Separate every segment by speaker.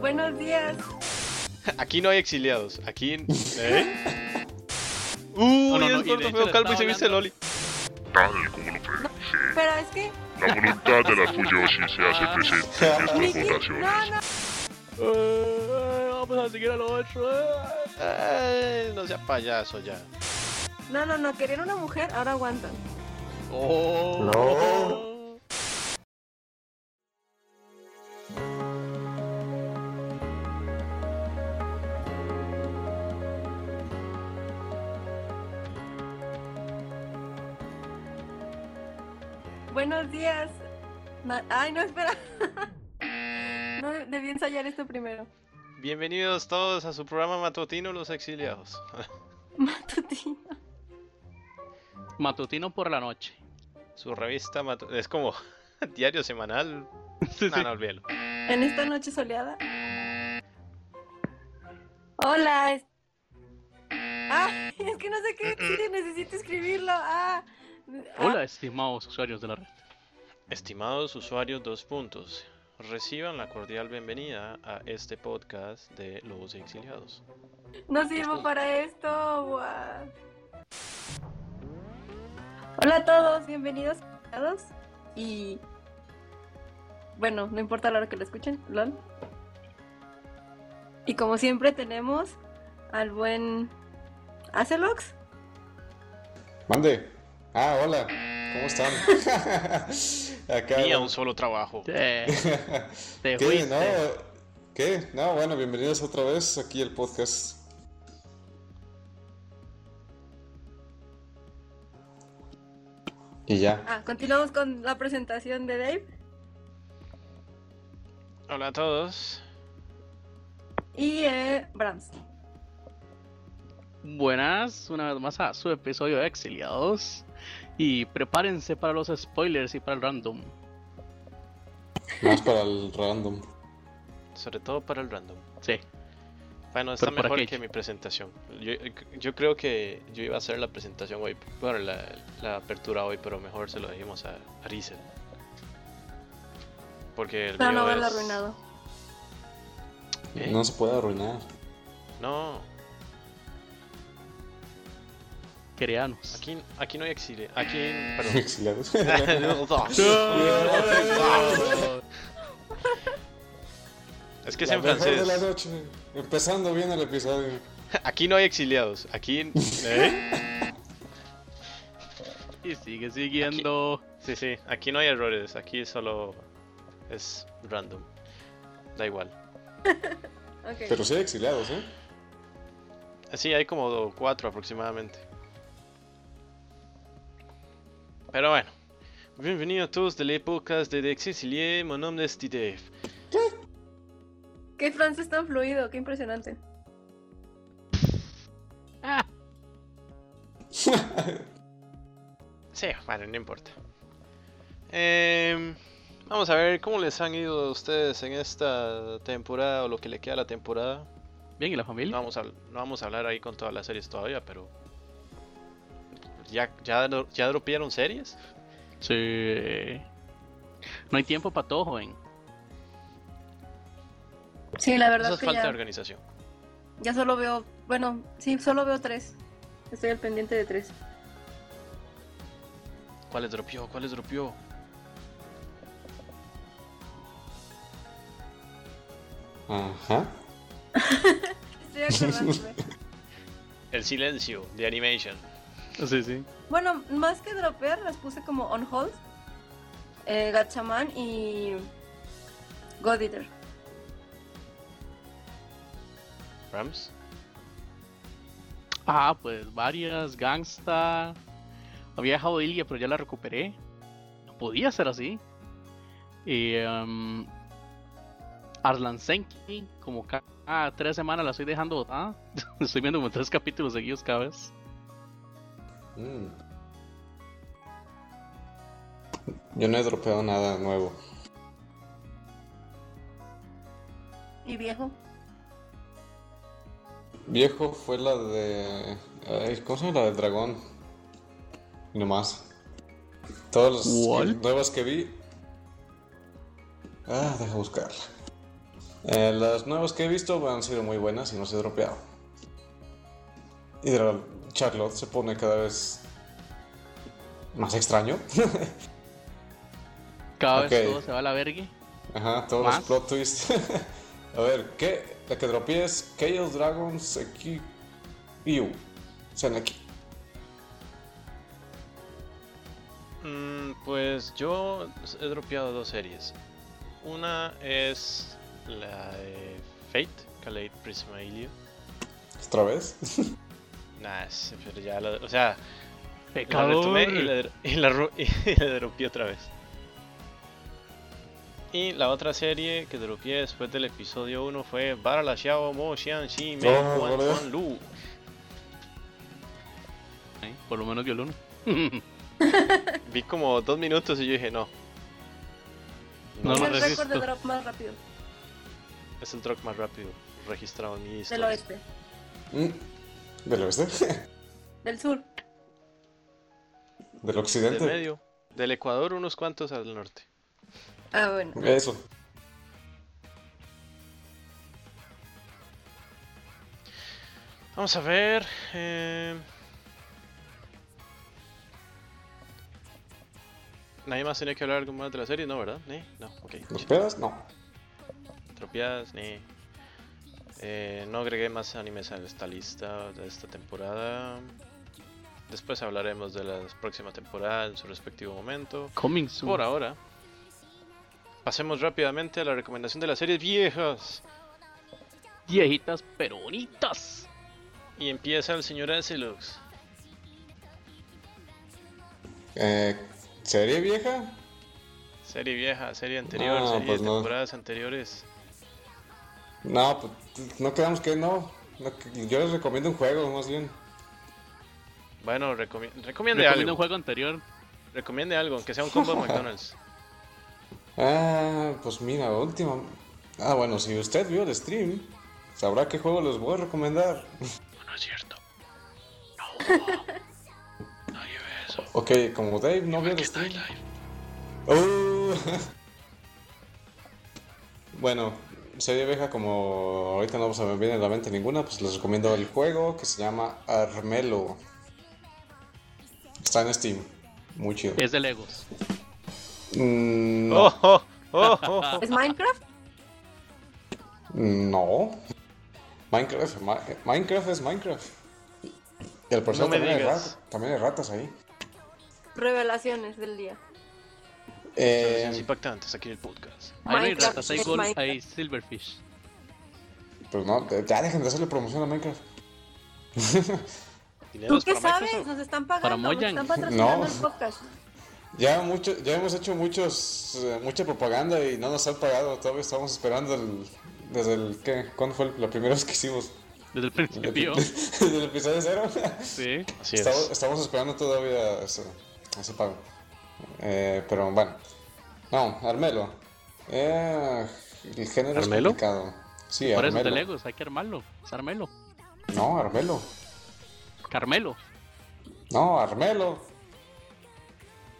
Speaker 1: Buenos días.
Speaker 2: Aquí no hay exiliados. Aquí. ¿Eh? Uy,
Speaker 3: no, no,
Speaker 2: es
Speaker 3: y de
Speaker 2: gordo
Speaker 3: hecho
Speaker 2: feo
Speaker 3: le
Speaker 2: calvo y se
Speaker 3: estaba
Speaker 2: viste el Oli.
Speaker 4: Tal como lo predije,
Speaker 1: Pero es que.
Speaker 4: la voluntad de las Fuyoshi se hace presente en estas
Speaker 1: Miki, no,
Speaker 4: votaciones.
Speaker 1: no.
Speaker 3: pues,
Speaker 2: vamos a seguir al otro.
Speaker 3: eh.
Speaker 2: Ay, no sea payaso ya.
Speaker 1: No, no, no. Querían una mujer, ahora aguantan.
Speaker 2: Oh.
Speaker 5: No.
Speaker 1: Buenos días. Ma- Ay, no, espera. No, debí ensayar esto primero.
Speaker 2: Bienvenidos todos a su programa matutino Los Exiliados.
Speaker 1: Matutino.
Speaker 3: Matutino por la noche.
Speaker 2: Su revista matu- es como diario semanal.
Speaker 3: Sí,
Speaker 2: No,
Speaker 3: sí.
Speaker 2: no, olvídalo.
Speaker 1: En esta noche soleada. Hola. es- Ah, es que no sé qué decir, necesito escribirlo. Ah. ah,
Speaker 3: Hola, estimados usuarios de la red.
Speaker 2: Estimados usuarios, dos puntos. Reciban la cordial bienvenida a este podcast de Los Exiliados.
Speaker 1: No sirvo para esto. guau. Hola a todos, bienvenidos a todos. Y bueno, no importa la hora que lo escuchen, lol. Y como siempre tenemos al buen Acelox.
Speaker 5: Mande. Ah, hola. ¿Cómo están? Acá.
Speaker 2: Ni a
Speaker 5: bueno.
Speaker 2: un solo trabajo.
Speaker 3: Sí, te
Speaker 5: ¿Qué? No,
Speaker 3: fuiste.
Speaker 5: ¿Qué? No, bueno, bienvenidos otra vez aquí al podcast. Y ya.
Speaker 1: Ah, continuamos con la presentación de Dave.
Speaker 2: Hola a todos.
Speaker 1: Y eh, Brahms.
Speaker 3: Buenas, una vez más a su episodio de Exiliados. Y prepárense para los spoilers y para el random.
Speaker 5: Más para el random.
Speaker 2: Sobre todo para el random.
Speaker 3: Sí,
Speaker 2: Bueno, está
Speaker 3: Pero para
Speaker 2: mejor
Speaker 3: qué.
Speaker 2: que mi presentación. Yo, yo creo que yo iba a hacer la presentación hoy, bueno, la, la apertura hoy, pero mejor se lo dijimos a, a Rizel. Porque el
Speaker 1: Para
Speaker 2: mío
Speaker 1: no haberlo
Speaker 2: es-
Speaker 1: arruinado.
Speaker 2: ¿Eh?
Speaker 5: No se puede arruinar.
Speaker 2: No,
Speaker 3: querianos.
Speaker 2: aquí, aquí no hay exilio. Aquí, perdón.
Speaker 5: Exiliados.
Speaker 2: es que es
Speaker 5: La
Speaker 2: en
Speaker 5: mejor de la
Speaker 2: francés.
Speaker 5: noche. Empezando bien el episodio.
Speaker 2: Aquí no hay exiliados. Aquí. ¿Eh?
Speaker 3: Y sigue siguiendo.
Speaker 2: Sí, sí. Aquí no hay errores. Aquí solo es random. Da igual.
Speaker 1: Ok.
Speaker 5: Pero sí hay exiliados, ¿eh?
Speaker 2: Sí, hay como do- cuatro aproximadamente. Pero bueno. Bienvenidos todos de la época de Dex Exilié, mi nombre es Dave.
Speaker 1: Qué francés tan fluido, qué impresionante.
Speaker 3: Ah,
Speaker 2: Sí, bueno, no importa. Em, vamos a ver cómo les han ido a ustedes en esta temporada o lo que le queda a la temporada.
Speaker 3: bien, ¿y la familia?
Speaker 2: No vamos a, no vamos a hablar ahí con todas las series todavía, pero... ¿Ya, ya, dro- ya dropearon series?
Speaker 3: Sí. No hay tiempo para todo, joven.
Speaker 1: Sí, la verdad
Speaker 2: Eso
Speaker 1: es
Speaker 2: es
Speaker 1: que
Speaker 2: falta de
Speaker 1: ya,
Speaker 2: organización.
Speaker 1: ya solo veo, bueno, sí, solo veo tres. Estoy al pendiente de tres.
Speaker 2: ¿Cuáles dropeó? ¿Cuáles dropeó?
Speaker 5: Ajá.
Speaker 1: Estoy ¿eh? acordándome.
Speaker 2: El silencio de Animation.
Speaker 3: Sí, sí.
Speaker 1: bueno, más que dropear, las puse como on hold. Eh, Gatchaman y God Eater.
Speaker 2: Rams.
Speaker 3: Ah, pues varias, Gangsta. Había dejado Ilia, pero ya la recuperé. No podía ser así. Y, em, Arslan Senki, como cada tres semanas la estoy dejando botada. estoy viendo como tres capítulos seguidos cada vez.
Speaker 5: Mm. Yo no he dropeado nada nuevo.
Speaker 1: Y viejo.
Speaker 5: Viejo fue la de. ay, ¿Cómo se llama la del dragón? Y no más. Todas las que-
Speaker 3: ¿Cuál?
Speaker 5: nuevas que vi. Ah, deja buscarla. Eh, las nuevas que he visto han sido muy buenas y no se he dropeado. Y de verdad, Charlotte se pone cada vez más extraño.
Speaker 3: Cada vez
Speaker 5: Ok.
Speaker 3: todo se va a la vergue.
Speaker 5: Ajá, todos
Speaker 3: ¿Más?
Speaker 5: los plot twists. a ver, ¿qué? La que dropeé es Chaos Dragons aquí. Yu. Seneki.
Speaker 2: Mm, pues yo he dropeado dos series. Una es la de Fate, Kaleid Prisma Ilio.
Speaker 5: ¿Otra vez?
Speaker 2: Nah, es- pero ya la, o sea, la
Speaker 3: Pecado.
Speaker 2: retomé y la, dro- y la, ro- y la dropeé otra vez. Y la otra serie que dropeé después del episodio 1 fue Bara la Xiao Mo Xian Shi Me
Speaker 5: Oh,
Speaker 2: Guan
Speaker 5: boludo.
Speaker 2: Guan Lu.
Speaker 3: Por lo menos que el uno.
Speaker 2: Vi como dos minutos y yo dije no.
Speaker 3: No lo
Speaker 1: es el récord de
Speaker 3: resisto.
Speaker 1: drop más rápido
Speaker 2: Es el drop más rápido registrado en mi
Speaker 1: del
Speaker 2: historia.
Speaker 1: oeste,
Speaker 5: Mm. ¿Del oeste?
Speaker 1: del sur.
Speaker 5: ¿Del
Speaker 2: Del
Speaker 5: occidente?
Speaker 2: medio. Del Ecuador unos cuantos al norte.
Speaker 1: Ah, bueno.
Speaker 5: Eso.
Speaker 2: Vamos a ver. eh, Nadie más tenía que hablar algo más de la serie, ¿no? ¿Verdad? ¿Ni? No, ok.
Speaker 5: ¿Dropeadas? No.
Speaker 2: Tropiadas, ni. Eh, no agregué más animes a esta lista de esta temporada. Después hablaremos de la próxima temporada en su respectivo momento.
Speaker 3: Coming soon.
Speaker 2: Por ahora, pasemos rápidamente a la recomendación de las series viejas.
Speaker 3: Viejitas pero bonitas.
Speaker 2: Y empieza el señor Asilux.
Speaker 5: Eh, ¿Serie vieja?
Speaker 2: Serie vieja, serie anterior,
Speaker 5: No,
Speaker 2: serie
Speaker 5: pues
Speaker 2: de
Speaker 5: no.
Speaker 2: temporadas anteriores.
Speaker 5: No, pues no quedamos que no. No, que- Yo les recomiendo un juego, más bien.
Speaker 2: Bueno, recomi- recomiende
Speaker 3: Recomiendo un
Speaker 2: algo.
Speaker 3: juego anterior.
Speaker 2: Recomiende algo, aunque sea un combo de McDonald's.
Speaker 5: Ah, pues mira, última. Ah, bueno, si usted vio el stream, sabrá qué juego les voy a recomendar.
Speaker 2: No es cierto. No. No lleve eso.
Speaker 5: Ok, como Dave no vio el stream. Uh. Bueno, serie vieja como ahorita no se me viene a la mente ninguna, pues les recomiendo el juego que se llama Armelo. Está en Steam. Muy chido.
Speaker 3: Es de Legos.
Speaker 5: Mm, no.
Speaker 2: Oh, oh, oh, oh,
Speaker 1: ¿Es Minecraft?
Speaker 5: No. Minecraft, Ma- eh, Minecraft es Minecraft. Y al parecer
Speaker 2: No me
Speaker 5: también, hay
Speaker 2: digas.
Speaker 5: rat- también hay ratas ahí.
Speaker 1: Revelaciones del día.
Speaker 5: Eh,
Speaker 2: Noticias impactantes aquí en el podcast.
Speaker 3: Ahí no hay
Speaker 1: Minecraft,
Speaker 3: ratas, hay
Speaker 1: es
Speaker 3: gol,
Speaker 1: Minecraft.
Speaker 3: hay silverfish.
Speaker 5: pues no, ya dejen de hacerle promoción a Minecraft.
Speaker 1: ¿Tú
Speaker 2: ¿Dineros
Speaker 1: qué
Speaker 2: para
Speaker 1: sabes?
Speaker 2: Microsoft?
Speaker 1: Nos están pagando, nos
Speaker 3: Moyan.
Speaker 1: están patrocinando
Speaker 5: No.
Speaker 1: el podcast.
Speaker 5: Ya, mucho, ya hemos hecho muchos, eh, mucha propaganda y no nos han pagado. Todavía estamos esperando el- desde el... ¿qué? ¿Cuándo fue el- la primera vez que hicimos?
Speaker 3: Desde el principio.
Speaker 5: desde el episodio cero.
Speaker 3: sí.
Speaker 2: Así es.
Speaker 5: estamos, estamos esperando todavía ese, ese pago. Eh, pero bueno. No, Armelo. Eh, el género es
Speaker 2: ¿Armelo?
Speaker 5: complicado. Sí,
Speaker 3: Por eso
Speaker 5: Armelo.
Speaker 3: es de Legos, hay que armarlo. Es Armelo.
Speaker 5: No, Armelo.
Speaker 3: Carmelo.
Speaker 5: No, Armelo.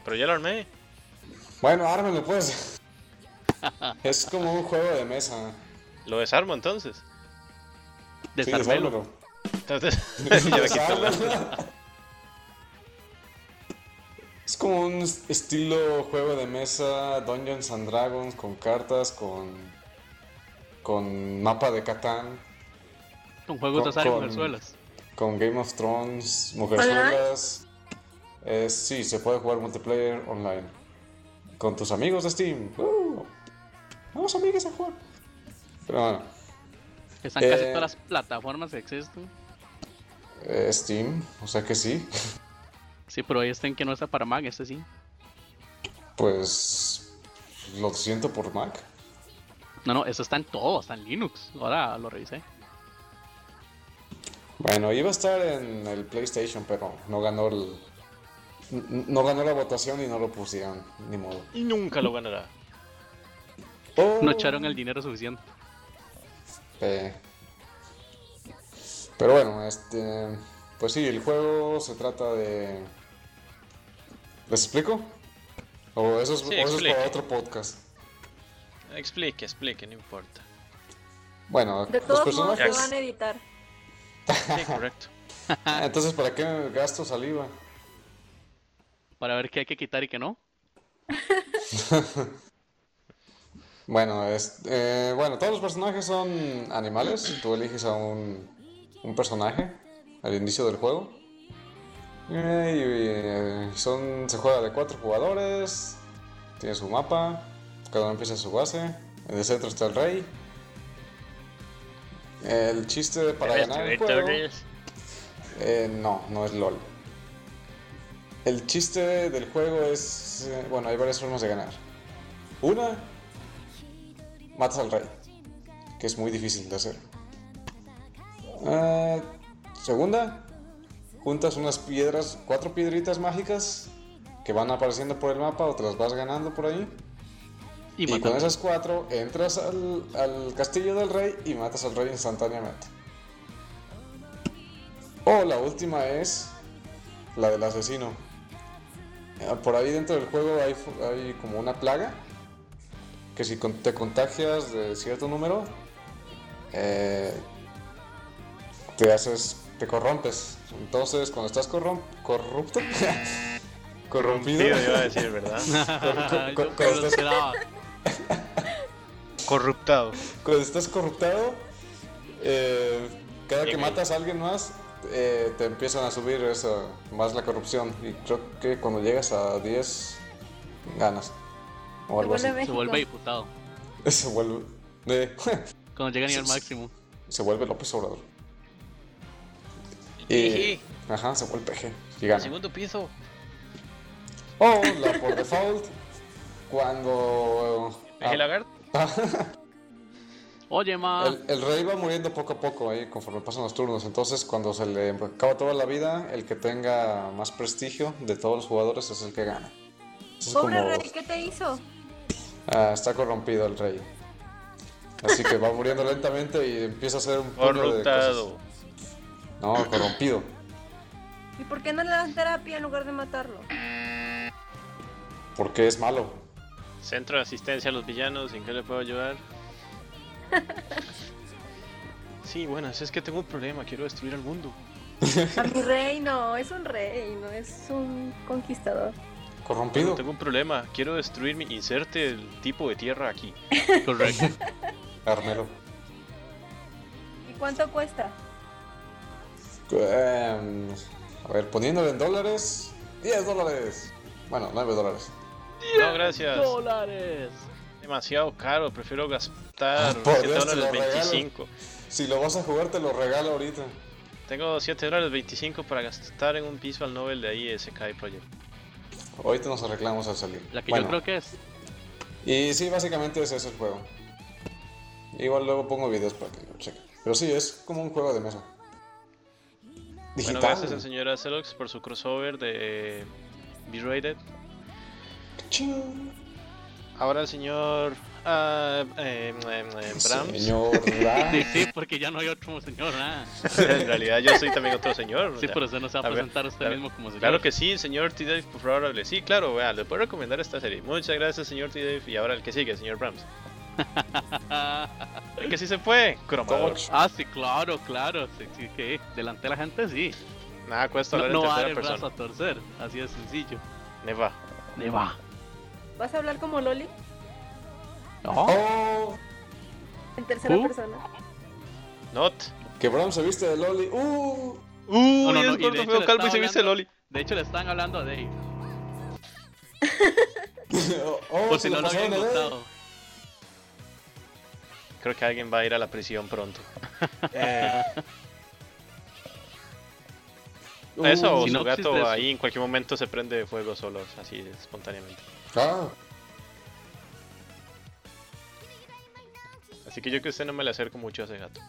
Speaker 2: Pero ya lo armé.
Speaker 5: Bueno, ármelo pues. es como un juego de mesa.
Speaker 2: Lo desarmo entonces.
Speaker 3: Desarmelo.
Speaker 2: Entonces, ya me quito la-
Speaker 5: Es como un est- estilo juego de mesa, Dungeons and Dragons, con cartas, con, con mapa de Catán,
Speaker 3: con juegos de
Speaker 5: Con-
Speaker 3: azar y
Speaker 5: con-
Speaker 3: mujerzuelas.
Speaker 5: con Game of Thrones, Mujerzuelas. Eh, sí, se puede jugar multiplayer online. Con tus amigos de Steam. ¡Uh! Vamos amigos a jugar. Pero bueno,
Speaker 3: Que están casi
Speaker 5: Eh.
Speaker 3: todas las plataformas que existen.
Speaker 5: eh, Steam, o sea que sí.
Speaker 3: Sí, pero ahí está en que no está para Mac, este sí.
Speaker 5: Pues lo siento por Mac.
Speaker 3: No, no, eso está en todo, está en Linux. Ahora lo revisé.
Speaker 5: Bueno, iba a estar en el PlayStation, pero no ganó el... n- No ganó la votación y no lo pusieron, ni modo.
Speaker 2: Y nunca lo ganará.
Speaker 5: Oh.
Speaker 3: No echaron el dinero suficiente.
Speaker 5: Eh, Pero bueno, este... Pues sí, el juego se trata de... ¿Les explico? O eso es,
Speaker 2: Sí,
Speaker 5: o eso es
Speaker 2: explique.
Speaker 5: para otro podcast.
Speaker 2: Explique, explique, no importa.
Speaker 5: Bueno,
Speaker 1: De
Speaker 5: los
Speaker 1: todos modos lo
Speaker 5: personajes.
Speaker 1: van a editar.
Speaker 2: Sí, correcto.
Speaker 5: Ah, Entonces, ¿para qué gasto saliva?
Speaker 3: Para ver qué hay que quitar y qué no.
Speaker 5: Bueno, es, eh, bueno, todos los personajes son animales. Tú eliges a un, un personaje al inicio del juego. Eh, y, eh, son, se juega de cuatro jugadores. Tiene su mapa. Cada uno empieza su base. En el centro está el rey. El chiste para
Speaker 2: Este
Speaker 5: ganar el juego. Eh, no, no es LOL. El chiste del juego es. eh, bueno, hay varias formas de ganar. Una, matas al rey, que es muy difícil de hacer. Ah, segunda, juntas unas piedras, cuatro piedritas mágicas que van apareciendo por el mapa o te las vas ganando por ahí.
Speaker 3: Y,
Speaker 5: Y, con
Speaker 3: matando.
Speaker 5: esas cuatro entras al, al castillo del rey y matas al rey instantáneamente. O la última es la del asesino. Eh, Por ahí dentro del juego hay, fu- hay como una plaga que si con- te contagias de cierto número eh, te haces, te corrompes. Entonces cuando estás corrom- corrupto, corrompido,
Speaker 2: Corrompido, iba a decir, ¿verdad?
Speaker 5: con-
Speaker 3: Yo
Speaker 5: con-
Speaker 3: me lo
Speaker 5: con-
Speaker 3: esperaba.
Speaker 2: Corruptado.
Speaker 5: Cuando estás corruptado, eh, cada que
Speaker 2: Bien,
Speaker 5: matas a alguien más, eh, te empiezan a subir esa, más la corrupción. Y creo que cuando llegas a 10, ganas. O
Speaker 1: Se
Speaker 5: algo así.
Speaker 1: vuelve
Speaker 3: Se
Speaker 1: México.
Speaker 3: vuelve diputado.
Speaker 5: Se vuelve. de-
Speaker 3: Cuando llega a nivel máximo.
Speaker 5: se vuelve López Obrador. Y, ajá, se vuelve PG. Y gana.
Speaker 2: segundo piso.
Speaker 5: O la por default, cuando. eh,
Speaker 2: El lagarto.
Speaker 3: Oye,
Speaker 1: Ah.
Speaker 3: ma.
Speaker 5: El, el rey va muriendo poco a poco ahí conforme pasan los turnos. Entonces, cuando se le acaba toda la vida, el que tenga más prestigio de todos los jugadores es el que gana. Entonces,
Speaker 1: Pobre
Speaker 5: como
Speaker 1: rey, ¿qué te hizo?
Speaker 5: ah, está corrompido el rey. Así que va muriendo lentamente y empieza a ser un poco de cosas.
Speaker 2: Corruptado.
Speaker 5: No, corrompido.
Speaker 1: ¿Y por qué no le dan terapia en lugar de matarlo?
Speaker 5: Porque es malo.
Speaker 2: Centro de asistencia a los villanos, ¿en qué le puedo ayudar? Sí, buenas, es que tengo un problema, quiero destruir al mundo.
Speaker 1: A mi rey no, es un rey, no es un conquistador.
Speaker 5: Corrompido.
Speaker 2: Tengo un problema, quiero destruir mi inserte el tipo de tierra aquí.
Speaker 3: Correcto.
Speaker 5: Armero.
Speaker 1: ¿Y cuánto cuesta?
Speaker 5: Em, a ver, poniéndole en dólares, 10 dólares. Bueno, 9 dólares.
Speaker 2: No, gracias.
Speaker 3: Dólares.
Speaker 2: Demasiado caro, prefiero gastar
Speaker 5: Ah, Por
Speaker 2: 7
Speaker 5: Dios, te
Speaker 2: dólares
Speaker 5: lo regalo.
Speaker 2: 25.
Speaker 5: Si lo vas a jugar, te lo regalo ahorita.
Speaker 2: Tengo 7 dólares 25 para gastar en un visual novel de ahí ese Project.
Speaker 5: Ahorita nos arreglamos al salir.
Speaker 3: La que
Speaker 5: Bueno,
Speaker 3: yo creo que es.
Speaker 5: Y sí, básicamente ese es el juego. Igual luego pongo videos para que lo chequen. Pero sí, es como un juego de mesa.
Speaker 2: Bueno,
Speaker 5: Digital.
Speaker 2: gracias al señor Acelox por su crossover de eh, B-Rated.
Speaker 5: Ching.
Speaker 2: Ahora el señor ah, em, em, em, Brahms.
Speaker 5: Señora.
Speaker 3: Sí, sí, porque ya no hay otro señor. ah.
Speaker 2: en realidad yo soy también otro señor.
Speaker 3: Sí,
Speaker 2: o sea,
Speaker 3: pero usted no se va a
Speaker 2: A ver,
Speaker 3: presentar usted
Speaker 2: claro-
Speaker 3: mismo como señor.
Speaker 2: Claro que sí, señor T. Dave, por favor hable. Sí, claro, vea, le puedo recomendar esta serie. Muchas gracias, señor T. Dave. Y ahora el que sigue, señor Brahms. El que sí se fue, cromador.
Speaker 5: Touch.
Speaker 3: Ah, sí, claro, claro. Sí, sí, que delante de la gente sí.
Speaker 2: Nada cuesta
Speaker 3: No,
Speaker 2: hablar
Speaker 3: no
Speaker 2: en
Speaker 3: va a dar
Speaker 2: tercera
Speaker 3: el brazo
Speaker 2: persona.
Speaker 3: a torcer. Así de sencillo.
Speaker 2: Neva.
Speaker 3: Le va.
Speaker 1: ¿Vas a hablar como Loli?
Speaker 3: No.
Speaker 5: Oh,
Speaker 1: En tercera
Speaker 3: ¿Who?
Speaker 1: persona.
Speaker 2: Not.
Speaker 5: que Bram se viste de Loli. Uh,
Speaker 2: Uy,
Speaker 3: no, no, y
Speaker 2: es
Speaker 3: de
Speaker 2: gordo,
Speaker 3: hecho
Speaker 2: feo,
Speaker 3: le
Speaker 2: calvo y
Speaker 3: estaba
Speaker 2: se viste
Speaker 3: hablando-
Speaker 2: Loli.
Speaker 3: De hecho, le están hablando a Dave.
Speaker 5: oh,
Speaker 3: Por
Speaker 5: se
Speaker 3: si no
Speaker 5: lo
Speaker 3: lo
Speaker 2: pues, ¿eh,
Speaker 3: habían
Speaker 5: pasaron a Loli.
Speaker 3: notado.
Speaker 2: Creo que alguien va a ir a la prisión pronto.
Speaker 5: Eh. Uh,
Speaker 2: Eso o
Speaker 3: si
Speaker 2: su
Speaker 3: no existe
Speaker 2: gato
Speaker 3: eso.
Speaker 2: ahí en cualquier momento se prende de fuego solo, así espontáneamente.
Speaker 5: Ah,
Speaker 2: Así que yo que usted no me le acerco mucho a ese gato.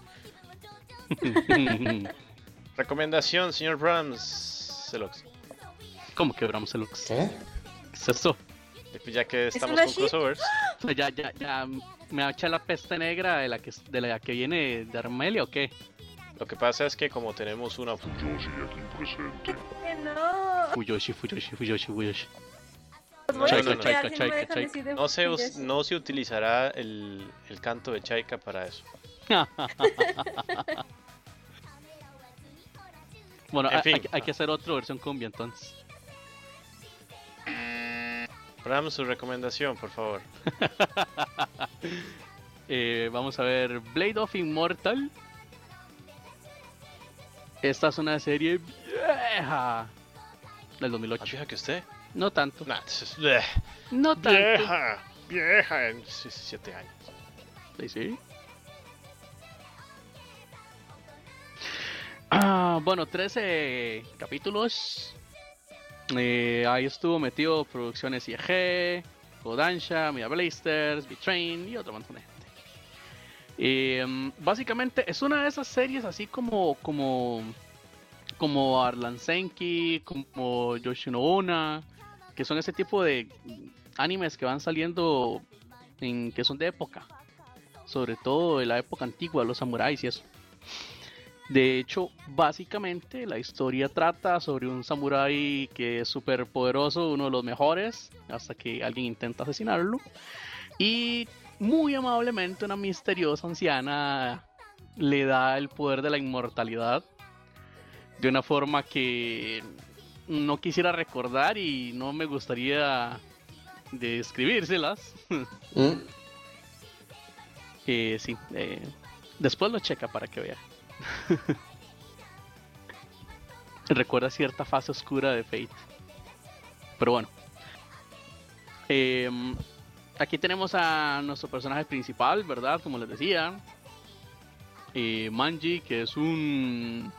Speaker 2: Recomendación, señor Brahms. Celox.
Speaker 3: ¿Cómo quebramos el Lux?
Speaker 5: ¿Qué?
Speaker 3: ¿Qué es eso?
Speaker 2: Ya que estamos
Speaker 1: una
Speaker 2: con
Speaker 1: ship?
Speaker 2: crossovers.
Speaker 3: O sea, ya, ya, ya me va a echar la peste negra de la que, de la que viene de Armelia o qué?
Speaker 2: Lo que pasa es que como tenemos una
Speaker 4: Fuyoshi aquí presente.
Speaker 1: Que Eh, no.
Speaker 3: Fuyoshi, Fuyoshi, Fuyoshi, Fuyoshi.
Speaker 1: Los voy a
Speaker 2: Chaika,
Speaker 1: bloquear si
Speaker 3: chaika,
Speaker 1: no me
Speaker 3: chaika,
Speaker 1: dejan decir de-
Speaker 2: no se us-
Speaker 1: de-
Speaker 2: no se utilizará el, el canto de Chaika para eso.
Speaker 3: Bueno,
Speaker 2: En
Speaker 3: hay-
Speaker 2: fin.
Speaker 3: hay, que- hay que hacer otra versión cumbia entonces.
Speaker 2: Bram, su recomendación, por favor.
Speaker 3: Eh, vamos a ver Blade of Immortal. Esta es una serie vieja
Speaker 2: ¿Más
Speaker 3: del 2008.
Speaker 2: Ah, vieja que usted?
Speaker 3: No tanto.
Speaker 2: Nah, eso es- bleh.
Speaker 3: No tanto.
Speaker 2: vieja, vieja en 17 años.
Speaker 3: Sí, sí. Ah, bueno, 13 capítulos. Eh, ahí estuvo metido producciones IEG, Kodansha, Mia Blasters, B-Train y otro montón de gente. Eh, mm, básicamente es una de esas series así como como como Arlan Senki, como Yoshinobuna, que son ese tipo de mm, animes que van saliendo en que son de época sobre todo de la época antigua, los samuráis y eso. De hecho, básicamente la historia trata sobre un samurái que es súper poderoso, uno de los mejores, hasta que alguien intenta asesinarlo. Y muy amablemente una misteriosa anciana le da el poder de la inmortalidad de una forma que no quisiera recordar y no me gustaría describírselas.
Speaker 5: Mm.
Speaker 3: Eh, sí, eh, después lo checa para que vea. Recuerda cierta fase oscura de Fate. Pero bueno. Em, aquí tenemos a nuestro personaje principal, ¿verdad? Como les decía. Eh, Manji, que es un...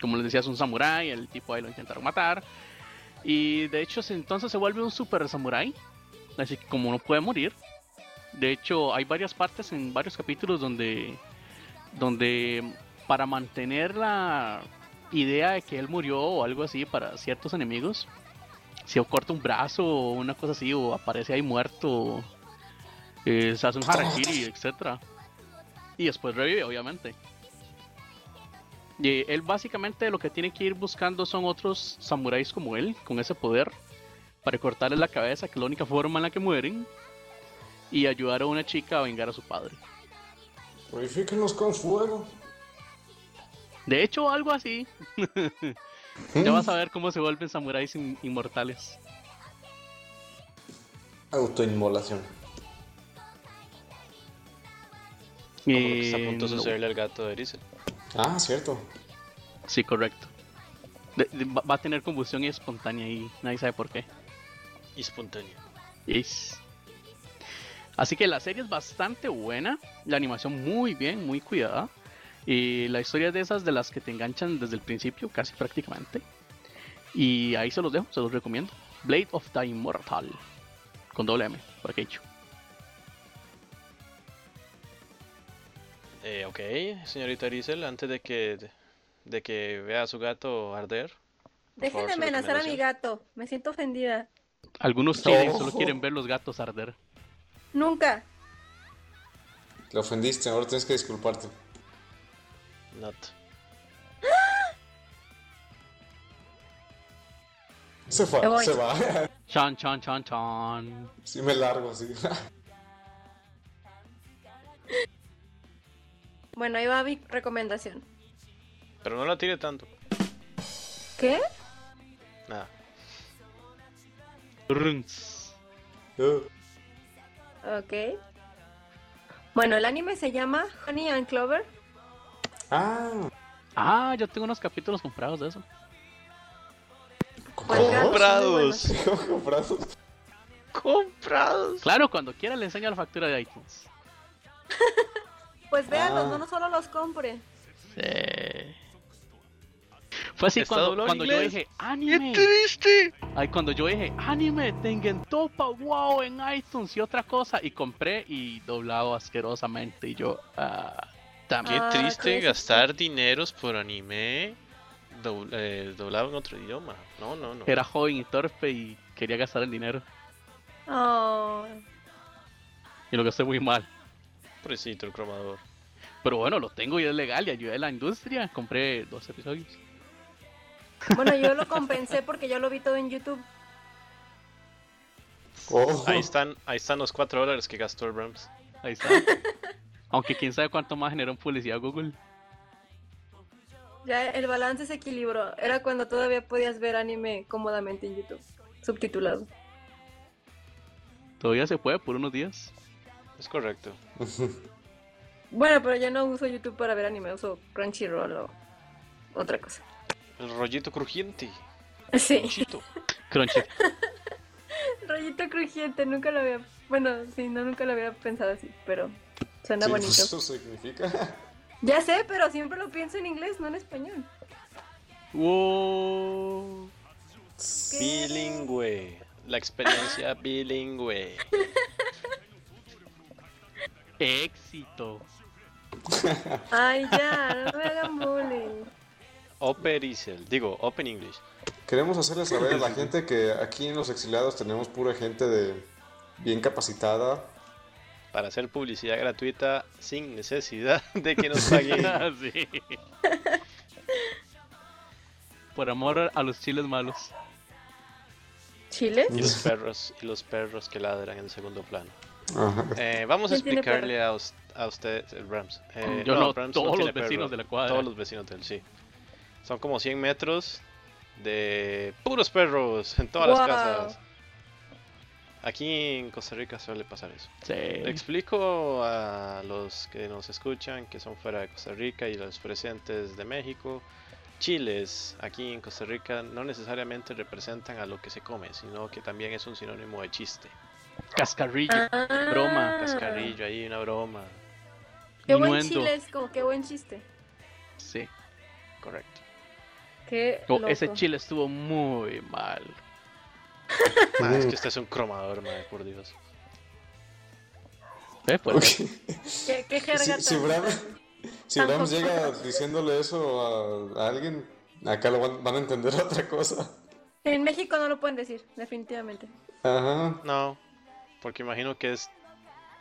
Speaker 3: Como les decía, es un samurái. El tipo ahí lo intentaron matar. Y de hecho se- entonces se vuelve un super samurái. Así que como no puede morir, de hecho, hay varias partes en varios capítulos donde, donde para mantener la idea de que él murió o algo así para ciertos enemigos, si o corta un brazo o una cosa así, o aparece ahí muerto, eh, se hace un harakiri, etc. Y después revive, obviamente. Y él básicamente lo que tiene que ir buscando son otros samuráis como él, con ese poder, para cortarle la cabeza, que es la única forma en la que mueren y ayudar a una chica a vengar a su padre.
Speaker 5: Purifíquenos con fuego.
Speaker 3: De hecho, algo así.
Speaker 2: Mm.
Speaker 3: Ya vas a ver cómo se vuelven samuráis in- inmortales.
Speaker 5: Autoinmolación.
Speaker 2: Como lo que está a punto de
Speaker 3: Eh,
Speaker 2: sucederle al gato de Erizel.
Speaker 5: Ah, cierto.
Speaker 3: no. Sí, correcto. De- de- va va a tener combustión espontánea y nadie sabe por qué.
Speaker 2: Y espontáneo.
Speaker 3: Yes. Así que la serie es bastante buena, la animación muy bien, muy cuidada. Y la historia es de esas de las que te enganchan desde el principio, casi prácticamente. Y ahí se los dejo, se los recomiendo. Blade of the Immortal. Con doble M, por aquello.
Speaker 2: Eh, ok, señorita Erizel, antes de que, de que vea a su gato arder. por
Speaker 1: Dejen
Speaker 2: favor,
Speaker 1: de
Speaker 2: su
Speaker 1: amenazar a mi
Speaker 2: recomendación.
Speaker 1: gato. Me siento ofendida.
Speaker 3: Algunos quieren,
Speaker 5: Ojo.
Speaker 3: solo quieren ver los gatos arder.
Speaker 1: Nunca.
Speaker 5: Te ofendiste, ahora tienes que disculparte.
Speaker 2: Not.
Speaker 5: Se
Speaker 1: Me
Speaker 5: va,
Speaker 1: voy.
Speaker 5: se va.
Speaker 3: Chan, chan, chan, chan.
Speaker 5: Sí me largo así.
Speaker 1: Bueno, ahí va mi recomendación.
Speaker 2: Pero no la tire tanto.
Speaker 1: ¿Qué?
Speaker 2: Nada.
Speaker 3: Runs.
Speaker 5: Uh,
Speaker 1: Ok. Bueno, el anime se llama Honey and Clover.
Speaker 5: Ah,
Speaker 3: Ah, yo tengo unos capítulos comprados de eso.
Speaker 1: Pues gracias, muy
Speaker 2: Comprados.
Speaker 1: buenos.
Speaker 5: Comprados.
Speaker 2: Comprados.
Speaker 3: Claro, cuando quiera le enseño la factura de iTunes.
Speaker 1: Pues véanlos,
Speaker 5: Ah.
Speaker 1: no, no solo los compre.
Speaker 3: Sí. Fue así
Speaker 2: ¿Está
Speaker 3: cuando,
Speaker 2: doblado en
Speaker 3: cuando yo
Speaker 2: inglés?
Speaker 3: dije anime.
Speaker 2: triste!
Speaker 3: Ay, cuando yo dije anime, tengan topa, wow, en iTunes y otra cosa. Y compré y doblado asquerosamente. Y yo, ah,
Speaker 2: Qué
Speaker 3: también.
Speaker 1: Ah,
Speaker 2: triste
Speaker 1: triste.
Speaker 2: gastar dineros por anime dobl- eh, doblado en otro idioma. No, no, no.
Speaker 3: Era joven y torpe y quería gastar el dinero.
Speaker 1: Oh.
Speaker 3: Y lo gasté muy mal.
Speaker 2: Pobrecito el cromador.
Speaker 3: Pero bueno, lo tengo y es legal y ayudé a la industria. Compré dos episodios.
Speaker 1: Bueno, yo lo compensé porque yo lo vi todo en YouTube.
Speaker 5: Oh.
Speaker 2: Ahí están, ahí están los 4 dólares que gastó el Brahms.
Speaker 3: Ahí está. Aunque quién sabe cuánto más generó en publicidad Google.
Speaker 1: Ya el balance se equilibró. Era cuando todavía podías ver anime cómodamente en YouTube, subtitulado.
Speaker 3: Todavía se puede por unos días.
Speaker 2: Es correcto.
Speaker 1: Bueno, pero ya no uso YouTube para ver anime, uso Crunchyroll o otra cosa.
Speaker 2: El rollito crujiente.
Speaker 1: Sí,
Speaker 2: Chito.
Speaker 3: Crunchy.
Speaker 1: rollito crujiente, nunca lo había. Bueno, sí, no, nunca lo había pensado así, pero suena
Speaker 5: Sí, pues,
Speaker 1: bonito.
Speaker 5: eso significa.
Speaker 1: Ya sé, pero siempre lo pienso en inglés, no en español.
Speaker 3: wow.
Speaker 2: Bilingüe. La experiencia bilingüe.
Speaker 3: Éxito.
Speaker 1: Ay, ya, no me hagan bullying.
Speaker 2: Open Isel. Digo, Open English.
Speaker 5: Queremos hacerle saber a la gente que aquí en los exiliados tenemos pura gente de bien capacitada.
Speaker 2: Para hacer publicidad gratuita sin necesidad de que nos paguen.
Speaker 3: Sí. Por amor a los chiles malos.
Speaker 1: ¿Chile?
Speaker 2: Y los perros, y los perros que ladran en segundo plano.
Speaker 5: Ajá.
Speaker 2: Eh, vamos a
Speaker 1: ¿Quién tiene
Speaker 2: explicarle a, us- a ustedes, el Rams. Eh,
Speaker 3: Yo no,
Speaker 2: Rams
Speaker 3: todos los
Speaker 2: tiene
Speaker 3: vecinos de la cuadra.
Speaker 2: Todos los vecinos del, sí. Son como 100 metros de puros perros en todas las
Speaker 1: Wow.
Speaker 2: casas. Aquí en Costa Rica suele pasar eso.
Speaker 3: Sí.
Speaker 2: Le explico a los que nos escuchan, que son fuera de Costa Rica y los presentes de México. Chiles aquí en Costa Rica no necesariamente representan a lo que se come, sino que también es un sinónimo de chiste.
Speaker 3: Cascarrillo.
Speaker 1: Ah.
Speaker 3: broma,
Speaker 2: Cascarrillo ahí, una broma.
Speaker 1: Qué buen
Speaker 3: Innuendo.
Speaker 1: chile es, como qué buen chiste.
Speaker 3: Sí.
Speaker 2: Correcto.
Speaker 1: Qué
Speaker 3: Oh,
Speaker 1: loco.
Speaker 3: ese chile estuvo muy mal.
Speaker 2: Ah, es que este es un cromador, madre, por Dios.
Speaker 3: Eh, pues,
Speaker 5: Ok.
Speaker 1: Qué, qué jerga
Speaker 5: Si,
Speaker 1: tan-
Speaker 5: si Brahms, si
Speaker 1: tan
Speaker 5: Brahms llega
Speaker 1: complicada.
Speaker 5: diciéndole eso a, a alguien, acá lo van, van a entender otra cosa.
Speaker 1: En México no lo pueden decir, definitivamente.
Speaker 5: Ajá.
Speaker 2: No, porque imagino que es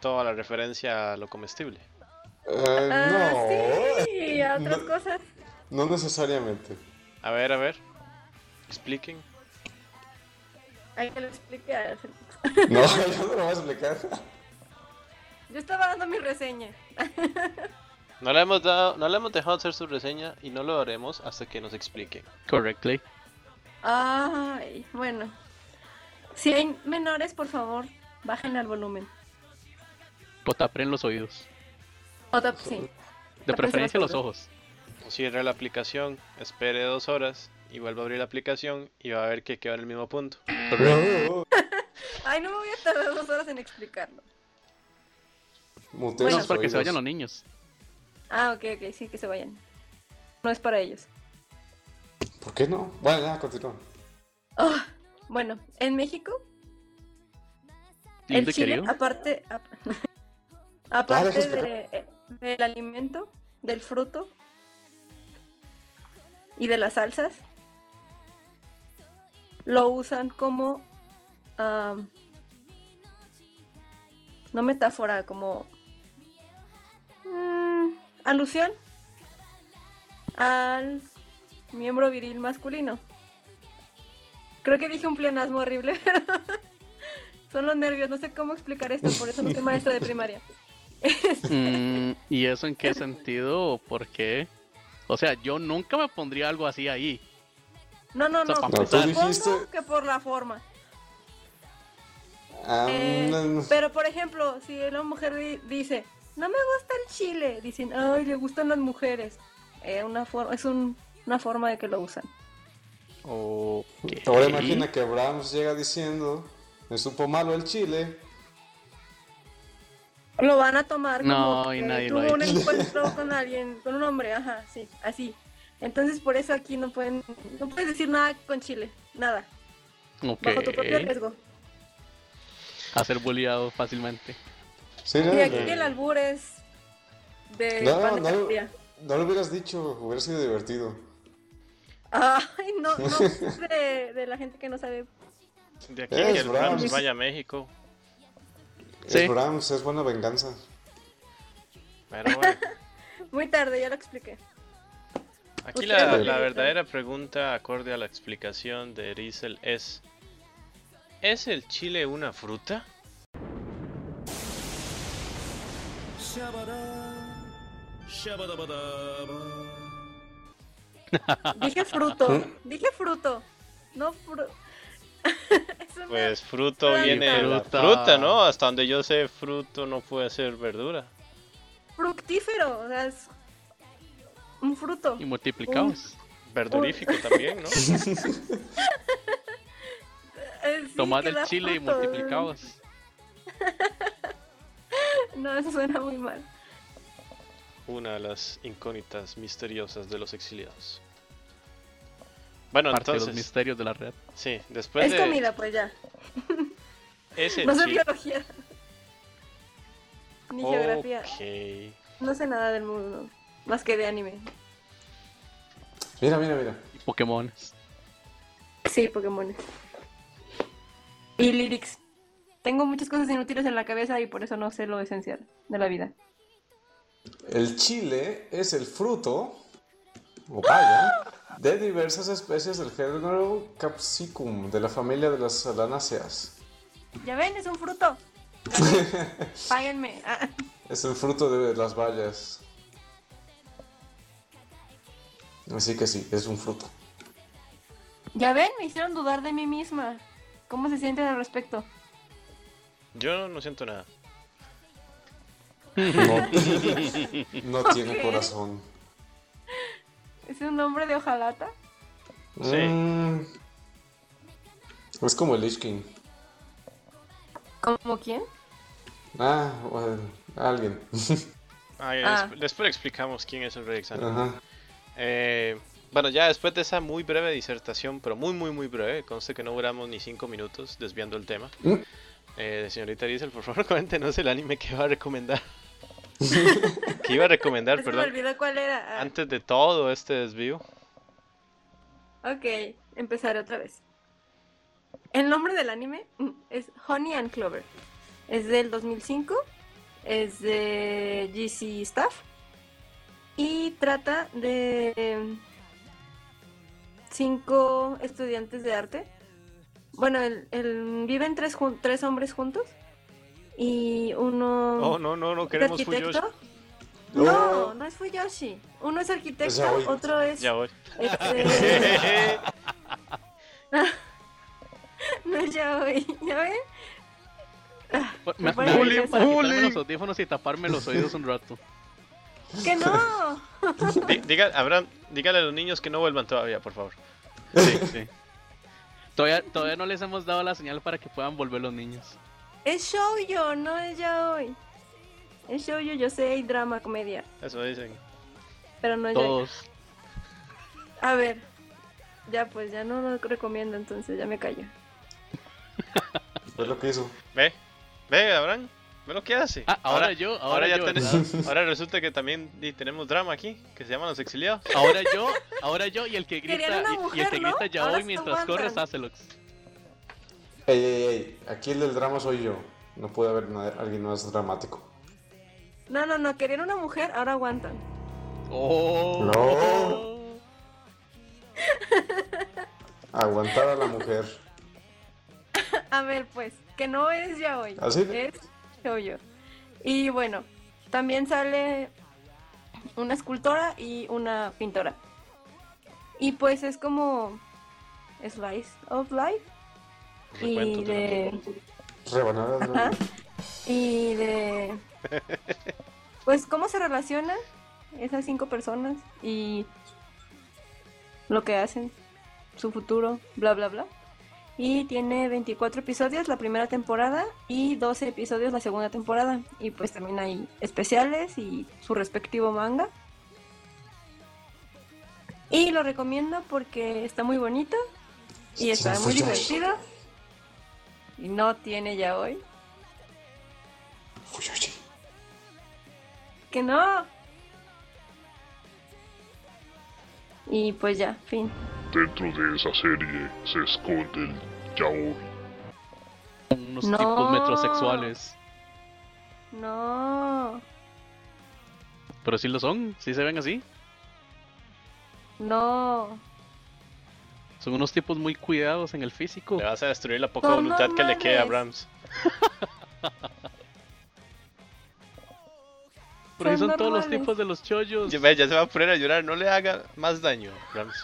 Speaker 2: toda la referencia a lo comestible.
Speaker 5: Eh,
Speaker 1: Ah,
Speaker 5: no,
Speaker 1: sí, a otras
Speaker 5: No.
Speaker 1: cosas.
Speaker 5: no necesariamente.
Speaker 2: A ver, a ver. Expliquen.
Speaker 1: Hay que lo explicar.
Speaker 5: No, yo no lo voy a explicar.
Speaker 1: Yo estaba dando mi reseña.
Speaker 2: No le hemos dado, no le hemos dejado hacer su reseña y no lo haremos hasta que nos expliquen.
Speaker 3: correctly.
Speaker 1: Ay, bueno. Si hay menores, por favor, bajen al volumen.
Speaker 3: Potapren Pues, los oídos.
Speaker 1: O tap- sí.
Speaker 3: De
Speaker 1: La
Speaker 3: preferencia
Speaker 1: próxima
Speaker 3: los
Speaker 1: semana.
Speaker 3: ojos.
Speaker 2: O cierre la aplicación, espere dos horas y vuelva a abrir la aplicación y va a ver que quedó en el mismo punto.
Speaker 1: Ay, no me voy a tardar dos horas en explicarlo.
Speaker 5: Muteo
Speaker 1: Bueno,
Speaker 5: los
Speaker 3: para que se
Speaker 5: oídos.
Speaker 3: vayan los niños.
Speaker 1: Ah, ok, ok, sí, que se vayan. No es para ellos.
Speaker 5: ¿Por qué no? Bueno, ya, continúa.
Speaker 1: Ah, bueno, en México, el
Speaker 3: Lindo y
Speaker 1: chile,
Speaker 3: querido.
Speaker 1: aparte, ap-
Speaker 5: Ah, deja
Speaker 1: aparte
Speaker 5: explicar.
Speaker 1: de- eh, del alimento, del fruto y de las salsas, lo usan como, am, no metáfora, como mm, alusión al miembro viril masculino. Creo que dije un pleonasmo horrible, pero son los nervios, no sé cómo explicar esto, por eso no soy maestra de primaria.
Speaker 3: Mm, ¿Y eso en qué sentido? ¿O ¿Por qué? O sea, yo nunca me pondría algo así ahí.
Speaker 1: No, no, no.
Speaker 3: O sea,
Speaker 5: No, tú
Speaker 3: Empezar.
Speaker 5: dijiste.
Speaker 1: Supongo que por la forma.
Speaker 5: ah,
Speaker 1: Eh,
Speaker 5: no, no.
Speaker 1: pero por ejemplo, si una mujer di- dice, no me gusta el chile, dicen, ay, le gustan las mujeres. Eh, una for- es un- una forma de que lo usan.
Speaker 3: O
Speaker 5: Ahora imagina que Brahms llega diciendo: Me supo malo el chile.
Speaker 1: Lo van a tomar
Speaker 3: No,
Speaker 1: como
Speaker 3: y
Speaker 1: que
Speaker 3: nadie lo
Speaker 1: tuvo
Speaker 3: ha
Speaker 1: un
Speaker 5: hecho.
Speaker 1: encuentro con alguien, con un hombre, ajá, sí, así. Entonces por eso aquí no pueden, no puedes decir nada con chile, nada, bajo tu propio riesgo.
Speaker 3: Hacer bulliado fácilmente.
Speaker 5: Sí,
Speaker 1: Y
Speaker 5: no,
Speaker 1: aquí
Speaker 5: no.
Speaker 1: el albur es de
Speaker 5: No,
Speaker 1: pan de
Speaker 5: no.
Speaker 1: sandía.
Speaker 5: No lo hubieras dicho, hubiera sido divertido.
Speaker 1: Ay, no, no, es de, de la gente que no sabe.
Speaker 2: De aquí
Speaker 5: Es
Speaker 2: que el
Speaker 5: Brahms.
Speaker 2: Rams vaya a México.
Speaker 3: Sí.
Speaker 5: Es Brahms, es buena venganza.
Speaker 2: Pero bueno,
Speaker 1: Muy tarde, ya lo expliqué.
Speaker 2: aquí
Speaker 1: Ustedes
Speaker 2: la,
Speaker 5: lo
Speaker 2: la
Speaker 1: que-
Speaker 2: verdadera pregunta acorde a la explicación de Riesel es... ¿Es el chile una fruta?
Speaker 1: Dije fruto, dije fruto. No fruto.
Speaker 2: Pues fruto
Speaker 1: Planta.
Speaker 2: viene la
Speaker 3: Fruta.
Speaker 2: fruta, ¿no? Hasta donde yo sé, fruto no puede ser verdura.
Speaker 1: fructífero, o sea, es un fruto.
Speaker 3: Y multiplicados.
Speaker 2: Verdurífico también, ¿no?
Speaker 1: Eh, sí,
Speaker 3: Tomad
Speaker 1: que
Speaker 3: el
Speaker 1: da eh.
Speaker 3: chile y
Speaker 1: fruto.
Speaker 3: multiplicados.
Speaker 1: No, eso suena muy mal.
Speaker 2: Una de las incógnitas misteriosas de los exiliados. Bueno,
Speaker 3: Parte de los
Speaker 2: entonces,
Speaker 3: misterios de la red.
Speaker 2: sí, después
Speaker 1: es
Speaker 2: de
Speaker 1: comida, pues ya.
Speaker 2: ese
Speaker 1: No sé
Speaker 2: chi-
Speaker 1: biología. Ni geografía.
Speaker 2: Ok.
Speaker 1: No sé nada del mundo. Más que de anime.
Speaker 5: Mira, mira, mira.
Speaker 3: Y Pokémon.
Speaker 1: Sí, Pokémon. Y lyrics. Tengo muchas cosas inútiles en la cabeza y por eso no sé lo esencial de la vida.
Speaker 5: El chile es el fruto o paya de diversas especies del género Capsicum de la familia de las salanáceas.
Speaker 1: Ya ven, es un fruto. Ya ven. Páguenme. Ah,
Speaker 5: Es el fruto de las bayas. Así que sí, es un fruto.
Speaker 1: ya ven, me hicieron dudar de mí misma. ¿Cómo se sienten al respecto?
Speaker 2: Yo no siento nada.
Speaker 5: No tiene
Speaker 1: Ok.
Speaker 5: corazón.
Speaker 1: ¿Es un hombre de hojalata?
Speaker 2: Sí.
Speaker 5: Mm. Es como el Lich King.
Speaker 1: ¿Como quién?
Speaker 5: Ah, bueno, alguien.
Speaker 2: Ah, ya,
Speaker 1: Ah.
Speaker 2: desp- después explicamos quién es el rey Xanon.
Speaker 5: Ajá.
Speaker 2: Eh, bueno, ya después de esa muy breve disertación, pero muy, muy, muy breve, conste que no duramos ni cinco minutos desviando el tema.
Speaker 5: ¿Mm?
Speaker 2: Eh, señorita Diesel, por favor, cuéntenos el anime que va a recomendar. que iba a recomendar,
Speaker 1: Se me
Speaker 2: perdón.
Speaker 1: olvidó cuál era. Ah,
Speaker 2: Antes de todo este desvío.
Speaker 1: ok, empezaré otra vez. El nombre del anime mm, es Honey and Clover. Es del 2005. Es de GC Staff. Y trata de eh, cinco estudiantes de arte. Bueno, el, el- viven tres, jun- tres hombres juntos. Y uno...
Speaker 2: Oh, no, no, no
Speaker 1: ¿Es
Speaker 2: queremos Fuyoshi.
Speaker 1: arquitecto? No, no es Fuyoshi. Uno es arquitecto,
Speaker 5: Ya voy.
Speaker 1: otro es.
Speaker 2: Ya voy.
Speaker 1: este, no, ya voy. ¿Ya ven?
Speaker 3: Me,
Speaker 1: parece
Speaker 3: me bullying,
Speaker 1: interesante.
Speaker 3: para quitarme los audífonos y taparme los oídos un rato.
Speaker 1: ¡Que no!
Speaker 2: Di- diga- Abraham, dígale a los niños que no vuelvan todavía, por favor.
Speaker 3: Sí, sí. Todavía, todavía no les hemos dado la señal para que puedan volver los niños.
Speaker 1: Es shoujo, no es ya hoy. Es shoujo, yo sé, hay drama, comedia.
Speaker 2: Eso dicen.
Speaker 1: Pero no ya.
Speaker 3: Todos.
Speaker 1: A ver. Ya, pues ya no lo recomiendo, entonces ya me callo.
Speaker 5: Fue lo que hizo.
Speaker 2: Ve, ve, Abraham, ve lo que hace.
Speaker 3: Ah, ahora, yo, ahora,
Speaker 2: ahora, ya
Speaker 3: yo.
Speaker 2: tenés-
Speaker 3: ¿verdad?
Speaker 2: ahora resulta que también di, tenemos drama aquí, que se llaman Los Exiliados.
Speaker 3: Ahora yo, ahora yo y el que
Speaker 1: Querían
Speaker 3: grita,
Speaker 1: una
Speaker 3: y- y, el
Speaker 1: mujer,
Speaker 3: que
Speaker 1: ¿no?
Speaker 3: grita ya
Speaker 1: Ahora
Speaker 3: voy
Speaker 1: se
Speaker 3: mientras corres
Speaker 1: aguantan.
Speaker 3: Acelox.
Speaker 5: Ey, ey, ey. Aquí el del drama soy yo. No puede haber na- alguien más dramático.
Speaker 1: No, no, no, querían una mujer, ahora aguantan.
Speaker 3: Oh.
Speaker 5: No. Aguantar a la mujer.
Speaker 1: A ver, pues, que no es ya hoy.
Speaker 5: Así de-
Speaker 1: Es shoujo. Y bueno, también sale una escultora y una pintora. Y pues es como slice of life y
Speaker 2: Recuentos de la
Speaker 1: de
Speaker 5: Rebanada. ¿no?
Speaker 1: Ajá. y de pues cómo se relacionan esas cinco personas y lo que hacen, su futuro, bla bla bla. Y tiene 24 episodios la primera temporada y 12 episodios la segunda temporada. Y pues también hay especiales y su respectivo manga. Y lo recomiendo porque está muy bonito y está muy divertido. Y no tiene ya hoy.
Speaker 5: Fuyoshi.
Speaker 1: Que no. Y pues ya, fin.
Speaker 4: Dentro de esa serie se esconde el yaoi.
Speaker 3: Unos
Speaker 1: No.
Speaker 3: tipos metrosexuales.
Speaker 1: No.
Speaker 3: Pero sí lo son, sí se ven así.
Speaker 1: No.
Speaker 3: Son unos tipos muy cuidados en el físico.
Speaker 2: Le vas a destruir la poca
Speaker 1: No, no
Speaker 2: voluntad que le queda a
Speaker 1: mames.
Speaker 2: Brahms.
Speaker 3: Por ahí son todos los
Speaker 1: normales.
Speaker 3: tipos de los chollos.
Speaker 2: Ya, ve, ya se va a poner a llorar, no le haga más daño, Rams,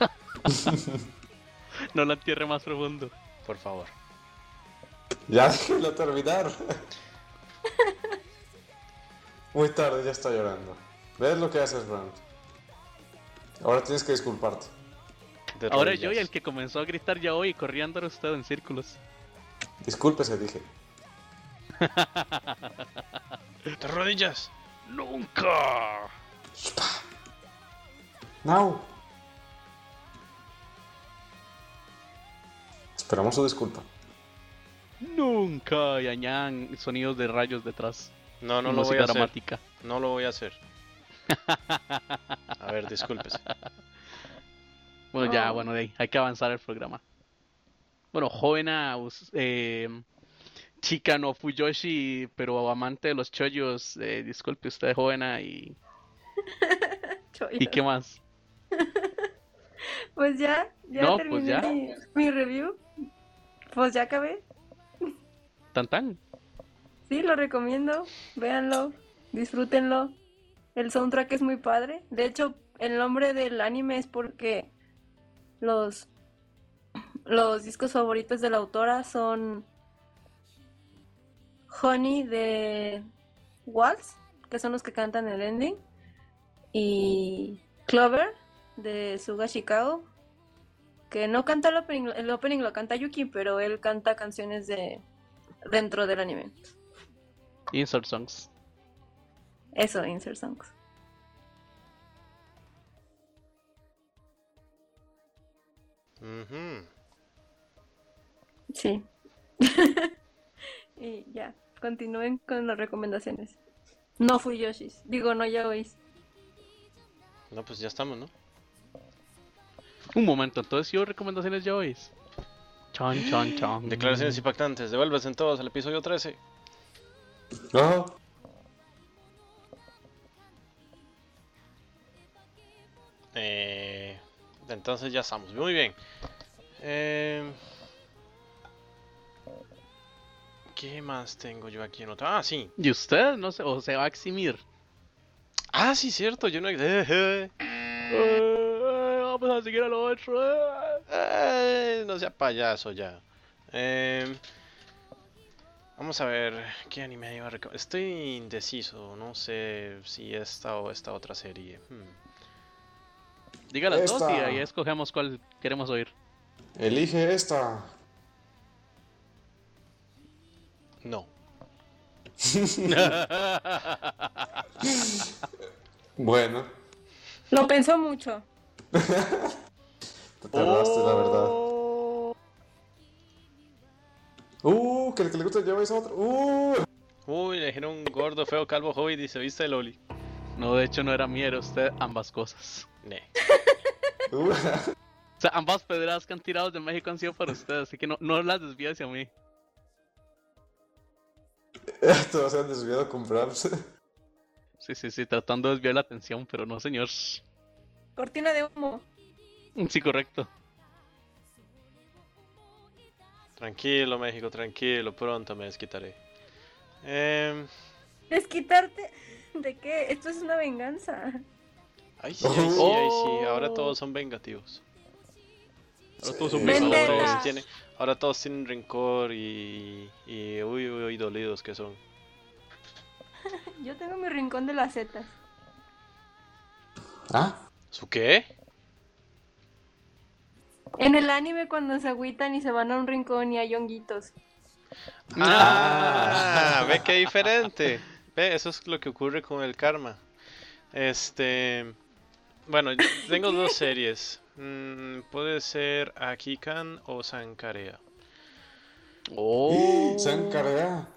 Speaker 3: No la entierre más profundo.
Speaker 2: por favor.
Speaker 5: Ya déjelo terminar. Muy tarde, ya está llorando. ¿Ves lo que haces, Brand? Ahora tienes que disculparte.
Speaker 2: De
Speaker 3: Ahora
Speaker 2: rodillas.
Speaker 3: yo y el que comenzó a gritar ya hoy, corriendo a usted en círculos.
Speaker 5: Discúlpese, dije.
Speaker 2: De rodillas.
Speaker 3: ¡Nunca!
Speaker 5: Now. Esperamos su disculpa.
Speaker 3: ¡Nunca! Y añan sonidos de rayos detrás.
Speaker 2: No, no
Speaker 3: Y
Speaker 2: lo voy
Speaker 3: música
Speaker 2: a hacer.
Speaker 3: dramática.
Speaker 2: No lo voy a hacer. A ver, discúlpese.
Speaker 3: Bueno, ya,
Speaker 1: Oh.
Speaker 3: bueno, de ahí, hay que avanzar el programa. Bueno, joven a, us- eh, chica no Fuyoshi, pero amante de los chollos, eh, disculpe usted, joven, a, y,
Speaker 1: Chollos.
Speaker 3: ¿y qué más?
Speaker 1: Pues ya, ya
Speaker 3: No, pues
Speaker 1: terminé
Speaker 3: ya.
Speaker 1: Mi, mi review. Pues ya acabé.
Speaker 3: Tan tan.
Speaker 1: Sí, lo recomiendo. Véanlo, disfrútenlo. El soundtrack es muy padre. De hecho, el nombre del anime es porque los, los discos favoritos de la autora son Honey de Waltz, que son los que cantan el ending, y Clover de Suga Chicago, que no canta el opening, el opening lo canta Yuki, pero él canta canciones de dentro del anime.
Speaker 3: Insert songs.
Speaker 1: Eso, insert songs.
Speaker 2: Ujú.
Speaker 1: Sí. y ya, continúen con las recomendaciones. No fui Yoshis. Digo, no ya oís.
Speaker 2: No, pues ya estamos, ¿no?
Speaker 3: Un momento, entonces yo recomendaciones ya hoy. Chon, chon, chon.
Speaker 2: Declaraciones impactantes. Devuélvese todos al episodio 13.
Speaker 5: No.
Speaker 2: Eh, entonces ya estamos. Muy bien. Eh, ¿Qué más tengo yo aquí anotado? Ah, sí.
Speaker 3: Y usted, no sé, o se va a eximir.
Speaker 2: Ah, sí, cierto. Yo no...
Speaker 3: Eh, vamos a seguir al otro. eh.
Speaker 2: Ay, no sea payaso ya. Em, vamos a ver qué anime iba a recomendar. Estoy indeciso, no sé si esta o esta otra serie. Hmm.
Speaker 3: Diga las dos y
Speaker 5: Esta.
Speaker 3: ahí escogemos cuál queremos oír.
Speaker 5: Elige esta.
Speaker 2: No.
Speaker 5: Bueno,
Speaker 1: Lo pensó mucho.
Speaker 5: te tardaste, la verdad. Uh, que el que le gusta lleváis a otro. Uh,
Speaker 2: Uy, le dijeron un gordo, feo, calvo, hoy dice, ¿viste de Loli?
Speaker 3: No, de hecho no era mía, era usted ambas cosas.
Speaker 2: Ne.
Speaker 5: uh.
Speaker 3: O sea, ambas pedradas que han tirado de México han sido para usted, así que no, no las desvíe hacia mí.
Speaker 5: Todos se han desviado a comprarse.
Speaker 3: Sí, sí, sí, tratando de desviar la atención, pero no, señor. Sí,
Speaker 1: Cortina de humo.
Speaker 3: correcto.
Speaker 2: Tranquilo, México, tranquilo, pronto me desquitaré. Em,
Speaker 1: Desquitarte. ¿De qué? Esto es una venganza.
Speaker 2: ay, sí, ay, sí, ay, sí, ahora
Speaker 3: Oh.
Speaker 2: todos son vengativos.
Speaker 3: Ahora todos son
Speaker 5: Sí.
Speaker 2: Ahora
Speaker 1: Vendetta.
Speaker 2: todos, tienen, ahora todos tienen rencor y, y uy, uy, uy, dolidos que son.
Speaker 1: Yo tengo mi rincón de las setas.
Speaker 5: Ah,
Speaker 2: ¿Su qué?
Speaker 1: En el anime cuando se agüitan y se van a un rincón y hay honguitos.
Speaker 2: Ah, ve que diferente. Ve, eso es lo que ocurre con el karma. Este, bueno, yo tengo dos series. Mm, puede ser Akikan o Sankarea.
Speaker 3: Oh.
Speaker 5: se han cargado.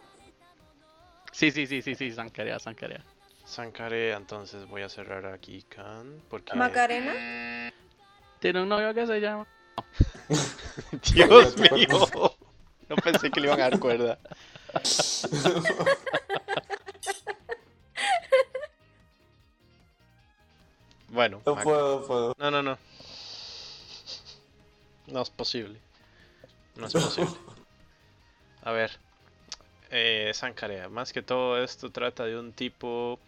Speaker 3: Sí, sí, sí, sí, sí, Zancarea, Zancarea.
Speaker 2: Sankarea, entonces voy a cerrar a Akikan porque
Speaker 1: Macarena.
Speaker 3: Tiene un novio que se llama.
Speaker 2: Dios mío. No pensé que le iban a dar cuerda. Bueno,
Speaker 5: No
Speaker 2: Mac-
Speaker 5: puedo, no puedo.
Speaker 2: No, no, no. No es posible. No es posible. A ver. Eh, Sankarea. Más que todo esto trata de un tipo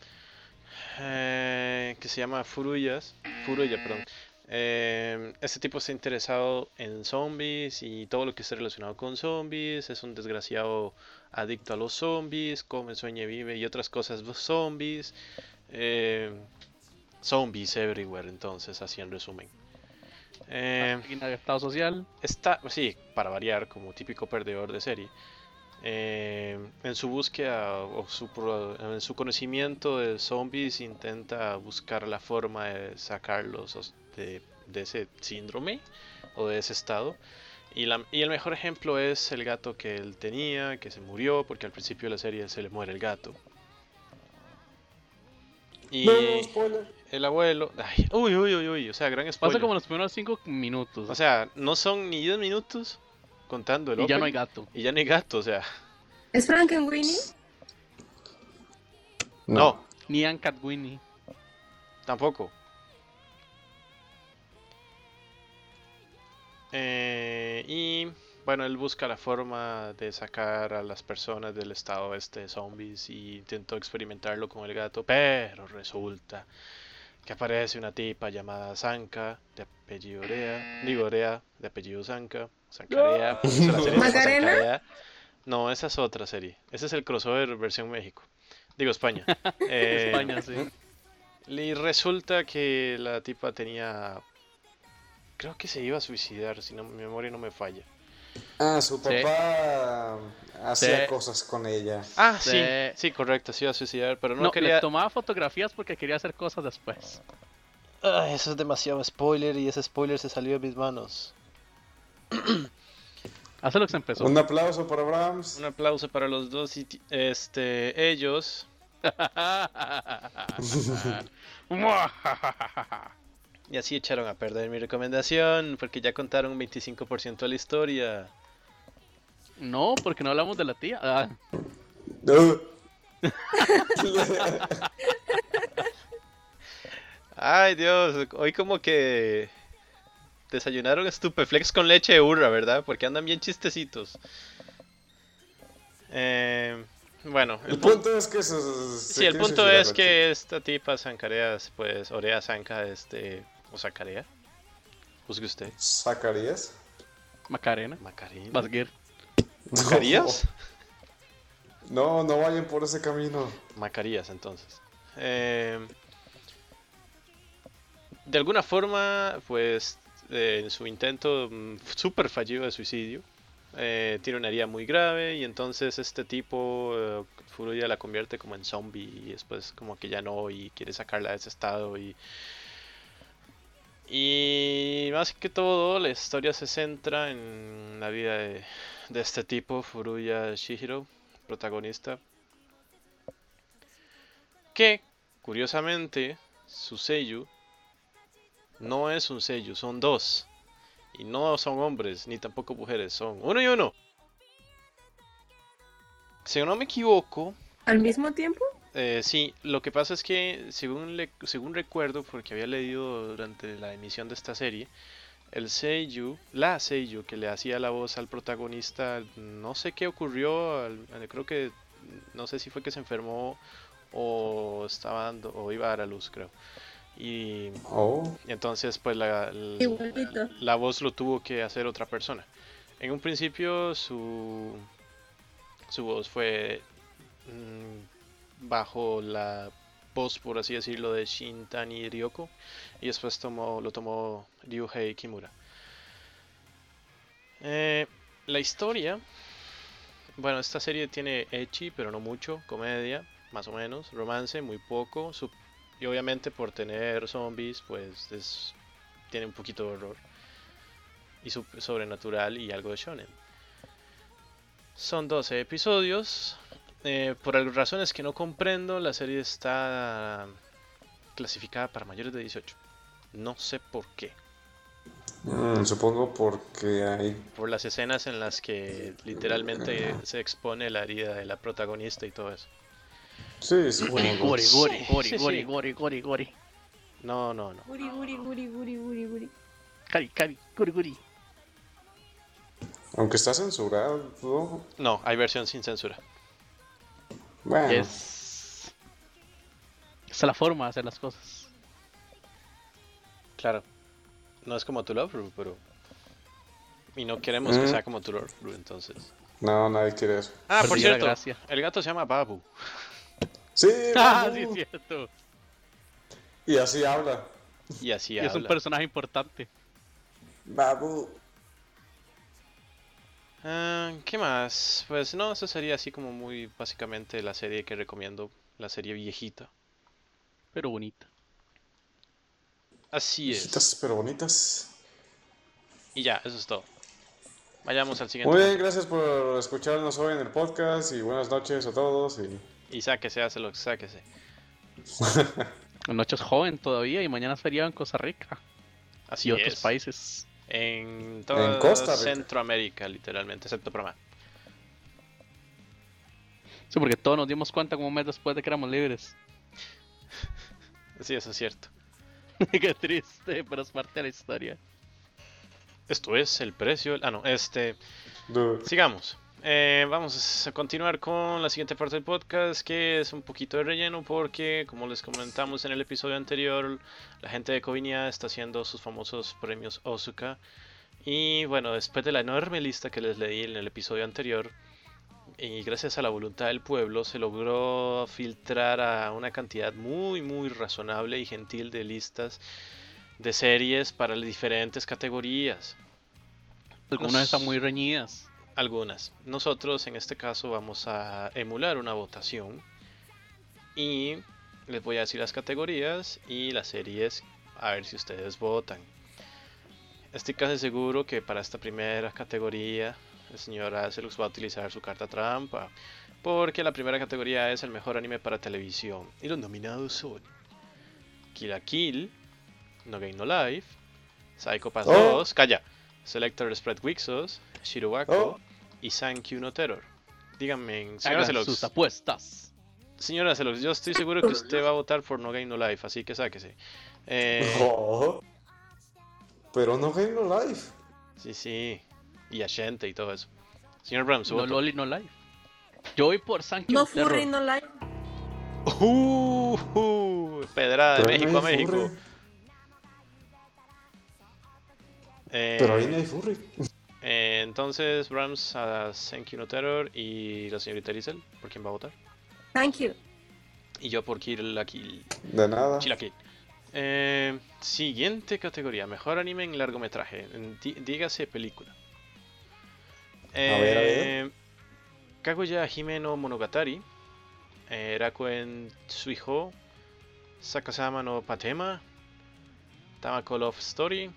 Speaker 2: eh, que se llama Furuyas. Furuya, perdón. Eh, este tipo está interesado en zombies y todo lo que esté relacionado con zombies. Es un desgraciado adicto a los zombies. Come, sueña, y vive y otras cosas zombies. Eh, zombies everywhere, entonces, así en resumen. Eh,
Speaker 3: Página de Estado Social.
Speaker 2: está, pues sí, para variar, como típico perdedor de serie, eh, en su búsqueda o su, pro- en su conocimiento de zombies intenta buscar la forma de sacarlos os- de, de ese síndrome o de ese estado. Y, la- y el mejor ejemplo es el gato que él tenía, que se murió, porque al principio de la serie se le muere el gato. Y
Speaker 5: No, spoiler.
Speaker 2: el abuelo... ay, uy, uy, uy, uy, o sea, gran
Speaker 3: Pasa
Speaker 2: spoiler.
Speaker 3: como los primeros 5 minutos.
Speaker 2: O sea, no son ni 10 minutos contando el
Speaker 3: y ya no hay
Speaker 2: opening,
Speaker 3: gato.
Speaker 2: Y ya no hay gato, o sea.
Speaker 1: ¿Es Frankenweenie?
Speaker 2: No,
Speaker 3: Ni han Catwinnie.
Speaker 2: tampoco. Eh, y bueno, él busca la forma de sacar a las personas del estado este de zombies y intentó experimentarlo con el gato, pero resulta que aparece una tipa llamada Zanka, de apellido Orea, digo Orea, de apellido Zanka, Zancarea, por eso la serie se llama
Speaker 1: ¿Macarena?
Speaker 2: Zancarea. No, esa es otra serie. Ese es el crossover versión México. Digo España. Eh,
Speaker 3: España, sí.
Speaker 2: y resulta que la tipa tenía. Creo que se iba a suicidar, si no, mi memoria no me falla.
Speaker 5: Ah, su
Speaker 3: Sí.
Speaker 5: papá hacía
Speaker 3: Sí.
Speaker 5: cosas con ella.
Speaker 2: Ah,
Speaker 3: Sí.
Speaker 2: sí. Sí, correcto, se iba a suicidar, pero no,
Speaker 3: No, le
Speaker 2: quería.
Speaker 3: tomaba fotografías porque quería hacer cosas después.
Speaker 2: Ah, eso es demasiado spoiler y ese spoiler se salió de mis manos.
Speaker 3: Hace lo que se empezó.
Speaker 5: Un aplauso para Brahms.
Speaker 2: Un aplauso para los dos. y ti- Este, ellos. Y así echaron a perder mi recomendación, porque ya contaron un 25% de la historia.
Speaker 3: no, porque no hablamos de la tía. Ah,
Speaker 2: Ay, Dios, hoy como que desayunaron estupeflex con leche de burra, ¿verdad? Porque andan bien chistecitos. Eh, bueno, el
Speaker 5: el
Speaker 2: punto,
Speaker 5: punto es que se- se- se
Speaker 2: sí, el
Speaker 5: quiere
Speaker 2: punto
Speaker 5: suicidar
Speaker 2: es
Speaker 5: la
Speaker 2: que esta tipa Zancareas, pues, Orea Zanca, este, o Zancarea, juzgue usted,
Speaker 5: chica. ¿Zacarías?
Speaker 3: Macarena.
Speaker 2: Macarena,
Speaker 3: Basguer.
Speaker 2: Macarías,
Speaker 5: No, no vayan por ese camino.
Speaker 2: Macarías, entonces. Eh, de alguna forma, pues eh, en su intento mm, súper fallido de suicidio, eh, tiene una herida muy grave y entonces este tipo, eh, Furuya, la convierte como en zombie y después como que ya no y quiere sacarla de ese estado y... Y más que todo, la historia se centra en la vida de, de este tipo, Furuya Shihiro, protagonista, que, curiosamente, su sello no es un sello, son dos. Y no son hombres, ni tampoco mujeres, son uno y uno. Si no me equivoco,
Speaker 1: ¿Al mismo tiempo?
Speaker 2: eh, sí, lo que pasa es que, según, le- según recuerdo, porque había leído durante la emisión de esta serie, el Seiyu, la Seiyu que le hacía la voz al protagonista, no sé qué ocurrió, al- al- creo que, no sé si fue que se enfermó o estaba dando, o iba a dar a luz, creo. Y
Speaker 5: Oh.
Speaker 2: y entonces, pues la, la,
Speaker 1: Igualito.
Speaker 2: la voz lo tuvo que hacer otra persona. En un principio, su, su voz fue mm, bajo la voz, por así decirlo, de Shintani Ryoko. Y después tomó, lo tomó Ryuhei Kimura. Eh, la historia. Bueno, esta serie tiene Echi, pero no mucho. Comedia, más o menos. Romance, muy poco. Su y obviamente por tener zombies, pues es, tiene un poquito de horror. Y su- sobrenatural y algo de shonen. Son 12 episodios. Eh, por al- razones que no comprendo, la serie está clasificada para mayores de 18. No sé por qué.
Speaker 5: Mm, supongo porque hay
Speaker 2: Por las escenas en las que literalmente se expone la herida de la protagonista y todo eso.
Speaker 5: Sí,
Speaker 3: Gori,
Speaker 5: supongo.
Speaker 3: gori, gori,
Speaker 2: Sí,
Speaker 3: gori,
Speaker 2: sí.
Speaker 3: gori, gori, gori, gori.
Speaker 2: No, no, no.
Speaker 1: Guri, guri, guri, guri, guri, guri.
Speaker 3: Cari, cari, gori, gori.
Speaker 5: Aunque está censurado.
Speaker 3: Ah.
Speaker 2: No, hay versión sin censura.
Speaker 5: Bueno,
Speaker 3: Yes. Esa es la forma de hacer las cosas.
Speaker 2: Claro. No es como tu Love Ru, pero. Y no queremos
Speaker 3: ¿Eh?
Speaker 2: que
Speaker 5: Mm.
Speaker 2: sea como tu Love Ru, entonces.
Speaker 5: No, nadie quiere eso.
Speaker 2: Ah,
Speaker 3: Perdió
Speaker 2: por
Speaker 3: la
Speaker 2: cierto,
Speaker 3: gracia.
Speaker 2: el gato se llama Babu.
Speaker 5: Sí,
Speaker 3: Ah,
Speaker 5: Babu.
Speaker 3: sí, es cierto.
Speaker 5: y así habla.
Speaker 2: Y así
Speaker 3: Y es un
Speaker 2: habla.
Speaker 3: personaje importante.
Speaker 5: Babu.
Speaker 2: Ah, ¿Qué más? Pues no, eso sería así como muy básicamente la serie que recomiendo, la serie viejita.
Speaker 3: Pero bonita.
Speaker 2: Así es.
Speaker 5: Chiquitas pero bonitas.
Speaker 2: Y ya, eso es todo. Vayamos al siguiente.
Speaker 5: Muy bien, gracias por escucharnos hoy en el podcast y buenas noches a todos. Y...
Speaker 2: Y sáquese, hace lo que sáquese.
Speaker 3: Anoche es joven todavía y mañana es feriado en Costa Rica y
Speaker 2: Así
Speaker 3: otros
Speaker 2: es.
Speaker 3: países.
Speaker 2: En toda
Speaker 5: Costa Rica.
Speaker 2: Centroamérica, literalmente, excepto Panamá.
Speaker 3: Sí, porque todos nos dimos cuenta como un mes después de que éramos libres.
Speaker 2: Sí, eso es cierto.
Speaker 3: Qué triste, pero es parte de la historia.
Speaker 2: Esto es el precio. Ah, no, este.
Speaker 5: Du-
Speaker 2: Sigamos. Eh, vamos a continuar con la siguiente parte del podcast, que es un poquito de relleno, porque, como les comentamos en el episodio anterior, la gente de Covinia está haciendo sus famosos premios Ozuka. Y bueno, después de la enorme lista que les leí en el episodio anterior, y gracias a la voluntad del pueblo, se logró filtrar a una cantidad muy, muy razonable y gentil de listas de series para las diferentes categorías.
Speaker 3: Algunas están muy reñidas.
Speaker 2: Algunas. Nosotros en este caso vamos a emular una votación y les voy a decir las categorías y las series a ver si ustedes votan. Estoy casi seguro que para esta primera categoría el señor Azelux va a utilizar su carta trampa porque la primera categoría es el mejor anime para televisión y los nominados son Kill la Kill, No Game No Life, Psycho Pass
Speaker 5: Oh.
Speaker 2: 2, calla, Selector Spread Wixos, Shirowako
Speaker 5: Oh.
Speaker 2: y Sankyu No Terror. Díganme, señora
Speaker 3: Hagan
Speaker 2: Celox,
Speaker 3: sus apuestas.
Speaker 2: señora Celox, yo estoy seguro que usted va a votar por No Game No Life, así que sáquese. Eh,
Speaker 5: Oh. Pero no Game No Life.
Speaker 2: sí, sí, y Ashente y todo eso. Señor Bram, su
Speaker 3: No
Speaker 2: voto.
Speaker 3: Loli, no Live. Yo voy por Sankey
Speaker 1: No
Speaker 3: Terror.
Speaker 1: furry, no live.
Speaker 2: Uh, uh, pedrada de
Speaker 5: Pero ahí
Speaker 2: México
Speaker 5: no
Speaker 2: a
Speaker 5: hay
Speaker 2: México.
Speaker 5: furry.
Speaker 2: Eh,
Speaker 5: Pero ahí no hay furry.
Speaker 2: eh, entonces, Brahms a Sankey No Terror y la señorita Lizel, ¿por quién va a votar?
Speaker 1: Thank you.
Speaker 2: Y yo por Kill la Kill.
Speaker 5: De nada.
Speaker 2: Chilaquil. Eh, siguiente categoría, mejor anime en largometraje. en- dí- dígase película.
Speaker 5: ver, a ver.
Speaker 2: Eh, Kaguya Himeno Monogatari, eh, Rakuen Suiho, Sakasama no Patema, Tamako Love Story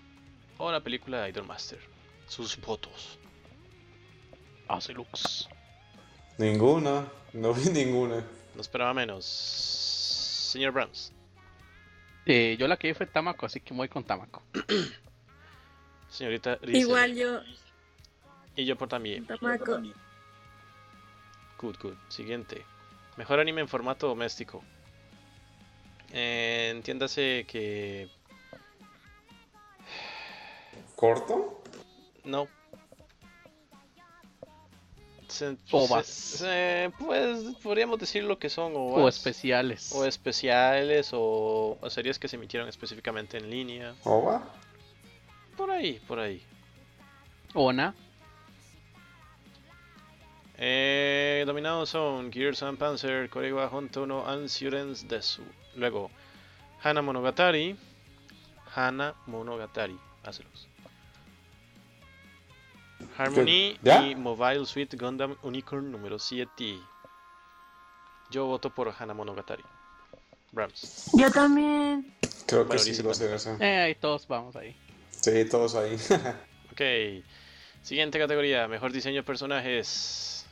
Speaker 2: o la película de Idolmaster. Sus votos.
Speaker 3: Ah, Celox.
Speaker 5: Ninguna. No vi ninguna.
Speaker 2: No esperaba menos. Señor Brams.
Speaker 3: Eh, yo la que vi fue Tamako, así que me voy con Tamako.
Speaker 2: Señorita Rizel.
Speaker 1: Igual yo,
Speaker 2: Y yo por también.
Speaker 1: Tamako.
Speaker 2: Good, good. Siguiente. Mejor anime en formato doméstico. Eh, entiéndase que.
Speaker 5: ¿Corto?
Speaker 2: No. Se-
Speaker 3: Ovas.
Speaker 2: se- se- pues podríamos decir lo que son ovas,
Speaker 3: O especiales.
Speaker 2: o especiales o, o series que se emitieron específicamente en línea.
Speaker 5: ¿Oba?
Speaker 2: Por ahí, por ahí.
Speaker 3: Ona.
Speaker 2: Eh, dominados son Gears and Panzer, Korewa Honto no Ansurens Desu. Luego, Hana Monogatari. Hana Monogatari. Hácelos. Harmony
Speaker 5: ¿Ya?
Speaker 2: y Mobile Suit Gundam Unicorn número 7. Yo voto por Hana Monogatari. Brahms.
Speaker 1: Yo también.
Speaker 5: Creo que
Speaker 2: Bueno,
Speaker 5: sí
Speaker 2: ahorita
Speaker 5: va a ser esa.
Speaker 3: Eh, ahí todos vamos ahí.
Speaker 5: Sí, todos ahí.
Speaker 2: Ok. Siguiente categoría: Mejor diseño de personajes.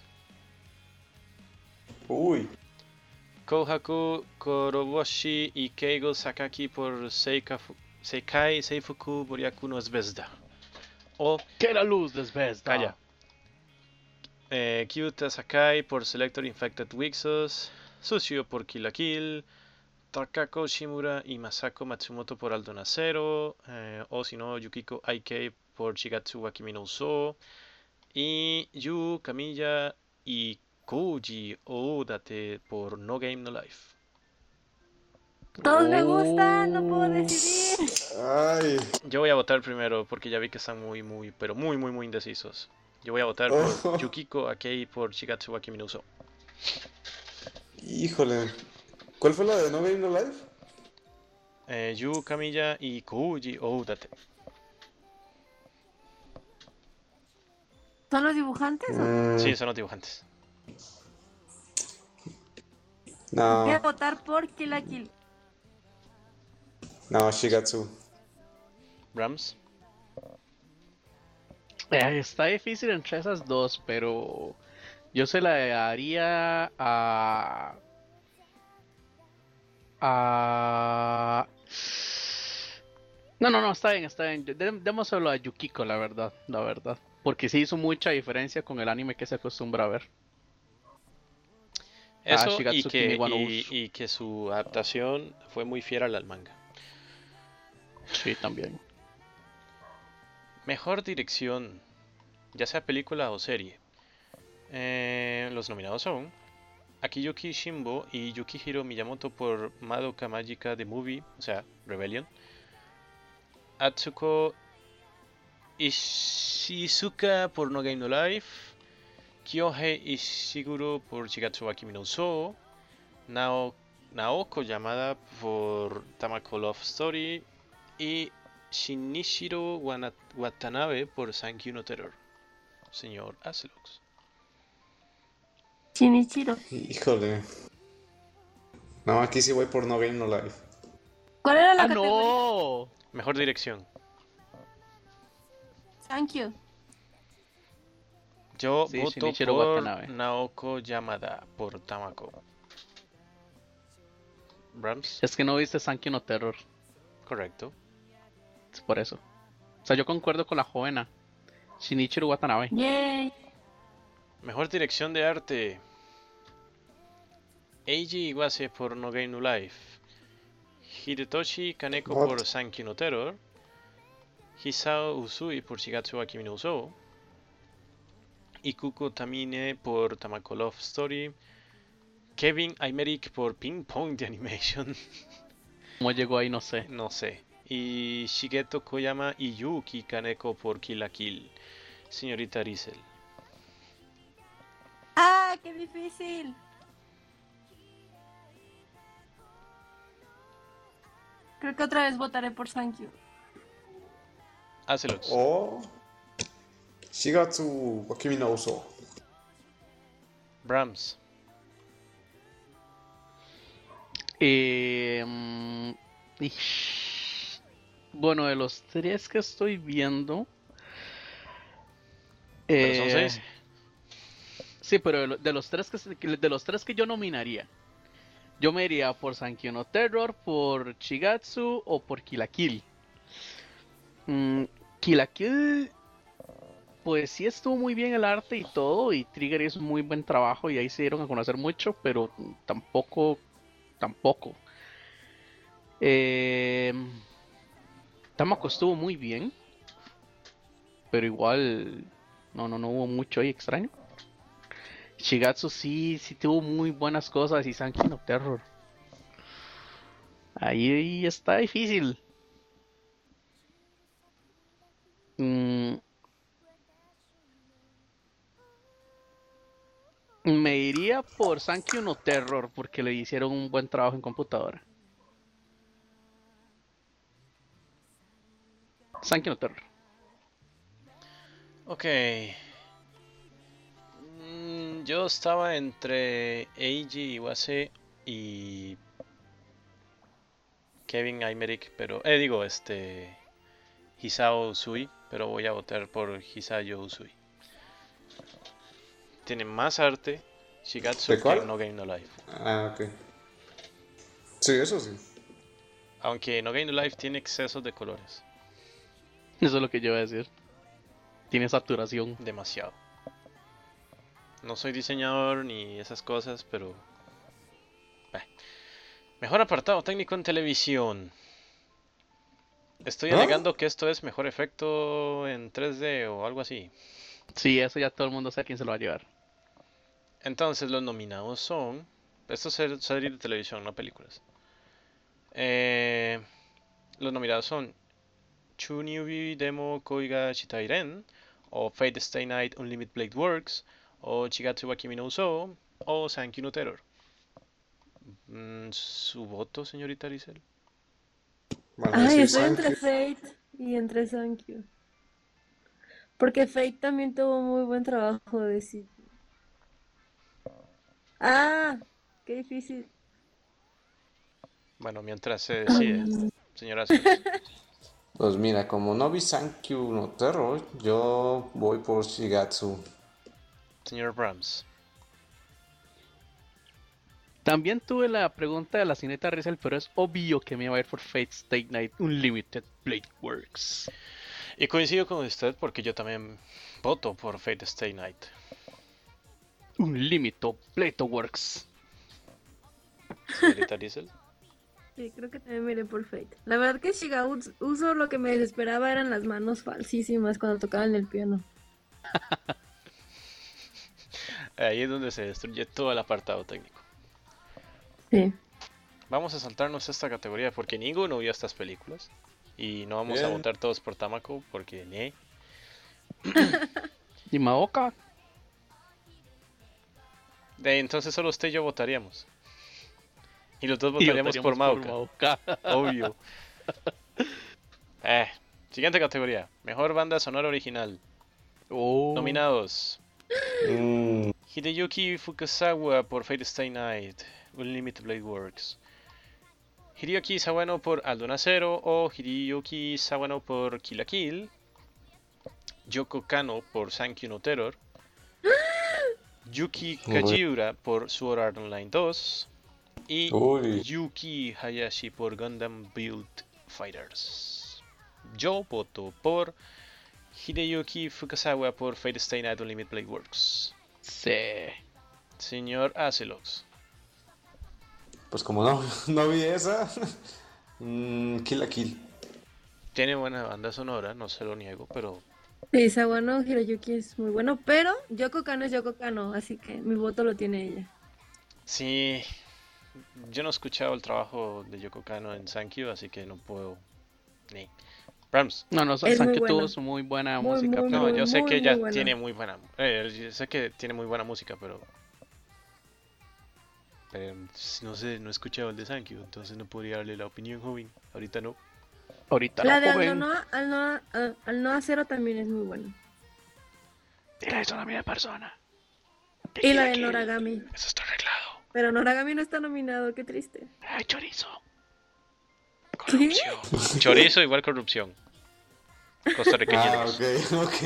Speaker 5: Uy.
Speaker 2: Kohaku Koroboshi y Keigo Sakaki por Seika Fu- Seikai Seifuku Boryaku no Zvezda. O
Speaker 3: Que la luz desbesta.
Speaker 2: Calla. eh, Kyuta Sakai por Selector Infected Wixos, Sushio por Kill la Kill, Takako Shimura y Masako Matsumoto por Aldo Nacero, eh, o si no, Yukiko Aike por Shigatsu wa Kimi no Uso, y Yu Kamiya y Koji Oudate por No Game No Life.
Speaker 1: Todos me gustan, no puedo decidir.
Speaker 5: Ay,
Speaker 2: Yo voy a votar primero porque ya vi que están muy, muy, pero muy, muy, muy indecisos. Yo voy a votar por Yukiko Akei por Shigatsu wa Kimi no Uso.
Speaker 5: híjole. ¿Cuál fue la de No Game No Life?
Speaker 2: Eh, Yu, Kamiya y Oh, Koji Oudate.
Speaker 1: ¿Son los dibujantes? o
Speaker 5: Mm,
Speaker 2: Sí, son los dibujantes.
Speaker 5: No,
Speaker 1: Voy a votar por Kill la Kill.
Speaker 5: no, Shigatsu.
Speaker 2: Rams.
Speaker 3: Eh, está difícil entre esas dos, pero yo se la daría a. A. No, no, no, está bien, está bien. Dé- Démoselo a Yukiko, la verdad, la verdad. Porque sí hizo mucha diferencia con el anime que se acostumbra a ver. Ah,
Speaker 2: Eso y
Speaker 3: Shigatsu
Speaker 2: que,
Speaker 3: Kimi wa no
Speaker 2: y-
Speaker 3: Uso.
Speaker 2: y que su adaptación fue muy fiel al al manga.
Speaker 3: Sí, también.
Speaker 2: Mejor dirección, ya sea película o serie. Eh, los nominados son Akiyuki Shimbo y Yukihiro Miyamoto por Madoka Magica The Movie, o sea, Rebellion. Atsuko Ishizuka por No Game No Life. Kyohei Ishiguro por Shigatsu wa Kimi no Uso. Nao- Naoko Yamada por Tamako Love Story. Y Shinichiro Wana- Watanabe por Sankyu no Terror. Señor Aslox.
Speaker 1: Shinichiro.
Speaker 5: Híjole. No, aquí sí voy por No Game No Life.
Speaker 1: ¿Cuál era la
Speaker 3: ¡Ah,
Speaker 1: categoría?
Speaker 3: no!
Speaker 2: Mejor dirección.
Speaker 1: Thank you.
Speaker 2: Yo
Speaker 3: Sí,
Speaker 2: voto
Speaker 3: Shinichiro
Speaker 2: por
Speaker 3: Watanabe.
Speaker 2: Naoko Yamada por Tamako. Rams,
Speaker 3: Es que no viste Sankey no Terror,
Speaker 2: correcto.
Speaker 3: es por eso. O sea, yo concuerdo con la jovena, Shinichiro Watanabe.
Speaker 1: Yay.
Speaker 2: Mejor dirección de arte. Eiji Iwase por No Game No Life. Hidetoshi Kaneko
Speaker 5: What?
Speaker 2: por Sankey no Terror. Hisao Usui por Shigatsu wa Kimi no Uso. Ikuko Tamine por Tamako Love Story. Kevin Aymeric por Ping Pong de Animation.
Speaker 3: ¿Cómo llegó ahí? No sé.
Speaker 2: No sé. Y Shigeto Koyama y Yuki Kaneko por Kill la Kill. Señorita Rizel.
Speaker 1: ¡Ah, qué difícil! Creo que otra vez votaré por Thank you.
Speaker 2: Hacelos.
Speaker 5: O Shigatsu wa Kimi no Uso.
Speaker 2: Brahms.
Speaker 3: Eh, mm, ish. bueno, de los tres que estoy viendo.
Speaker 2: Pero son
Speaker 3: eh,
Speaker 2: seis.
Speaker 3: Sí, pero de, lo- de los tres que, se- que- de los tres que yo nominaría, yo me iría por Sankyo no Terror, por Chigatsu o por Kill la Kill. Mm, Kill la Kill, pues sí estuvo muy bien el arte y todo, y Trigger hizo muy buen trabajo y ahí se dieron a conocer mucho, pero tampoco, tampoco. Eh, Tamako estuvo muy bien, pero igual, no, no, no hubo mucho ahí extraño. Shigatsu sí, sí tuvo muy buenas cosas y Sanki no Terror. Ahí está difícil. Mm. Me iría por Sankey no Terror porque le hicieron un buen trabajo en computadora. Sankey no Terror.
Speaker 2: Ok. Mm, Yo estaba entre Eiji Iwase y Kevin Aymeric, pero. Eh, digo, este. Hisao Usui, pero voy a votar por Hisayo Usui. Tiene más arte Shigatsu
Speaker 5: ¿De
Speaker 2: que
Speaker 5: cuál?
Speaker 2: No Game No Life.
Speaker 5: Ah, ok. Sí, eso sí.
Speaker 2: Aunque No Game No Life tiene excesos de colores.
Speaker 3: Eso es lo que yo iba a decir. Tiene saturación.
Speaker 2: Demasiado. No soy diseñador ni esas cosas, pero... bah. Mejor apartado técnico en televisión. Estoy
Speaker 5: ¿Ah?
Speaker 2: alegando que esto es mejor efecto en 3D o algo así.
Speaker 3: Sí, eso ya todo el mundo sabe quién se lo va a llevar.
Speaker 2: Entonces los nominados son... Esto es ser- serie de televisión, no películas. Eh, los nominados son Chu Newbie Demo Koiga Shitairen, o Fate Stay Night Unlimited Blade Works, o Chigatsu wa Kimi no Uso, o Sankyu no Terror. Mm, ¿Su voto, señorita Rizel?
Speaker 1: Ay, estoy entre Fate y entre Sankyu. Porque Fate también tuvo muy buen trabajo de sí. Ah, qué difícil.
Speaker 2: Bueno, mientras se decide, señora Rizel.
Speaker 5: Pues mira, como no vi Sankyu no Terror, yo voy por Shigatsu.
Speaker 2: Señor Brahms.
Speaker 3: También tuve la pregunta de la señorita Rizel, pero es obvio que me va a ir por Fate State Night Unlimited Blade Works.
Speaker 2: Y coincido con usted porque yo también voto por Fate Stay Night.
Speaker 3: Unlimited Blade Works.
Speaker 2: Señorita Rizel.
Speaker 1: Sí, creo que también miré por Fate. La verdad que Shiga Uts- Uso lo que me desesperaba eran las manos falsísimas cuando tocaban el piano.
Speaker 2: Ahí es donde se destruye todo el apartado técnico.
Speaker 1: Sí.
Speaker 2: Vamos a saltarnos esta categoría porque ninguno vio estas películas. Y no vamos a
Speaker 5: Bien.
Speaker 2: votar todos por Tamako porque ni.
Speaker 3: Y Maoka.
Speaker 2: De- entonces solo usted y yo votaríamos. Y los dos votaríamos por Maoka. Obvio. Eh, siguiente categoría. Mejor banda sonora original. Uh.
Speaker 3: Oh.
Speaker 2: Nominados.
Speaker 5: Mm,
Speaker 2: Hideyuki Fukasawa por Fate Stay Night. Unlimited Blade Works. Hideyuki Sawano por Aldona Zero o Hideyuki Sawano por Kill la Kill. Yoko Kano por Sankyu no Terror. Yuki
Speaker 5: Joder.
Speaker 2: Kajiura por Sword Art Online 2. Y
Speaker 5: uy,
Speaker 2: Yuki Hayashi por Gundam Build Fighters. Yo voto por Hideyuki Fukasawa por Fate Stay Night Unlimited Blade Works.
Speaker 3: Sí.
Speaker 2: Señor Acelox.
Speaker 5: pues como no, no vi esa, mm, Kill la Kill.
Speaker 2: Tiene buena banda sonora, no se lo niego, pero
Speaker 1: Sí, Sawano Hiroyuki es muy bueno, pero Yoko Kano es Yoko Kano, así que mi voto lo tiene ella.
Speaker 2: sí. Yo no he escuchado el trabajo de Yoko Kano en Sankyo, así que no puedo. Ni. Brahms.
Speaker 3: No, no,
Speaker 1: Es
Speaker 3: Sankyo
Speaker 1: muy
Speaker 3: tuvo
Speaker 1: buena.
Speaker 3: su muy buena
Speaker 1: Muy,
Speaker 3: música.
Speaker 1: muy,
Speaker 2: No,
Speaker 3: pero
Speaker 1: muy
Speaker 2: yo sé que ella
Speaker 1: buena.
Speaker 2: tiene muy buena. eh, yo sé que tiene muy buena música, pero. Pero no sé, no he escuchado el de Sankyo, entonces no podría darle la opinión, joven. Ahorita no.
Speaker 3: ahorita
Speaker 1: La
Speaker 3: no
Speaker 1: de
Speaker 3: joven.
Speaker 1: Alnoa, Alnoa, ah, Alnoa Cero también es muy buena.
Speaker 3: Dile eso a la misma persona.
Speaker 1: Y la de Noragami.
Speaker 3: Eso está arreglado.
Speaker 1: Pero Noragami no está nominado, qué triste.
Speaker 3: Ay, chorizo.
Speaker 1: ¿Qué?
Speaker 2: Chorizo igual corrupción.
Speaker 5: Ah,
Speaker 2: Costarriqueños.
Speaker 5: ok, ok.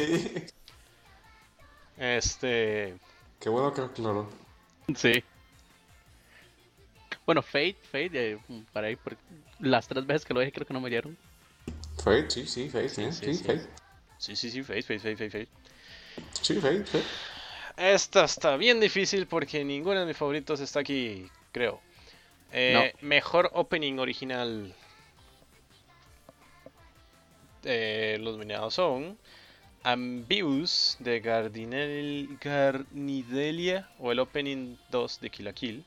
Speaker 2: Este.
Speaker 5: Qué bueno que lo aclaró.
Speaker 3: Sí. Bueno, Fate, Fate, eh, para ahí, por- las tres veces que lo dije creo que no me dieron.
Speaker 5: Fate, sí, sí, Fate,
Speaker 2: Sí,
Speaker 5: eh,
Speaker 2: sí,
Speaker 5: sí,
Speaker 2: sí.
Speaker 5: Fate.
Speaker 2: Sí, sí, sí, face, face, face, face, face.
Speaker 5: Sí, Fate, Fate.
Speaker 2: Esta está bien difícil porque ninguno de mis favoritos está aquí, creo. Eh, Mejor opening original. Eh, los nominados son Ambius de Gardinel, Garnidelia o el opening 2 de Kill la Kill.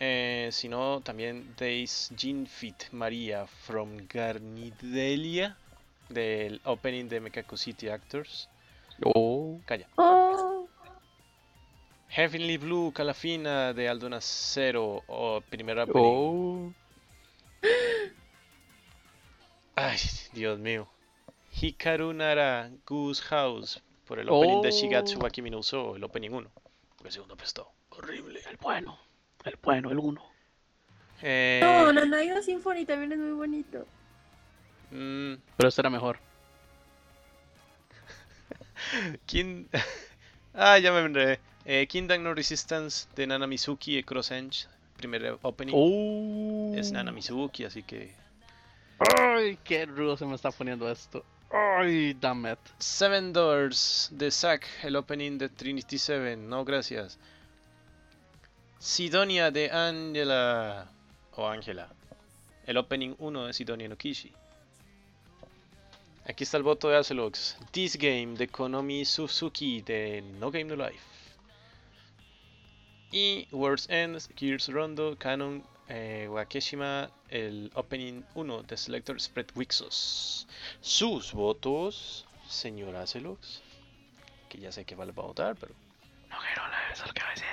Speaker 2: Eh, sino también Days Ginfit Maria from Garnidelia del opening de Mekako City Actors.
Speaker 3: Oh.
Speaker 1: Oh,
Speaker 2: Heavenly Blue Calafina de Aldona Cero o primera opening.
Speaker 3: Oh.
Speaker 2: Ay, Dios mío. Hikaru Nara Goose House por el opening de
Speaker 3: Oh.
Speaker 2: Shigatsu wa Kimi no Uso, el opening 1. El segundo prestó. Horrible.
Speaker 3: El bueno. El bueno, el uno.
Speaker 2: Eh,
Speaker 1: no, la Naida Symphony también es muy bonito.
Speaker 2: mm,
Speaker 3: Pero este era mejor.
Speaker 2: Kin- ah, ya me enredé. Eh, Kingdom No Resistance de Nana Mizuki de Cross Edge. Primer opening
Speaker 3: Oh.
Speaker 2: es Nana Mizuki, así que.
Speaker 3: Ay, qué rudo se me está poniendo esto. Ay, damn it.
Speaker 2: Seven Doors de Zack, el opening de Trinity Seven, no gracias. Sidonia de Angela o Angela, Oh, el opening 1 de Sidonia Nokishi. Aquí está el voto de Acelox. This Game de Konami Suzuki de No Game No Life. Y Words Ends, Gears Rondo, Canon eh, Wakeshima el opening 1 de Selector Spread Wixos. Sus votos, señora Celux, que ya sé que vale para votar, pero. No quiero hablar de eso que va a decir.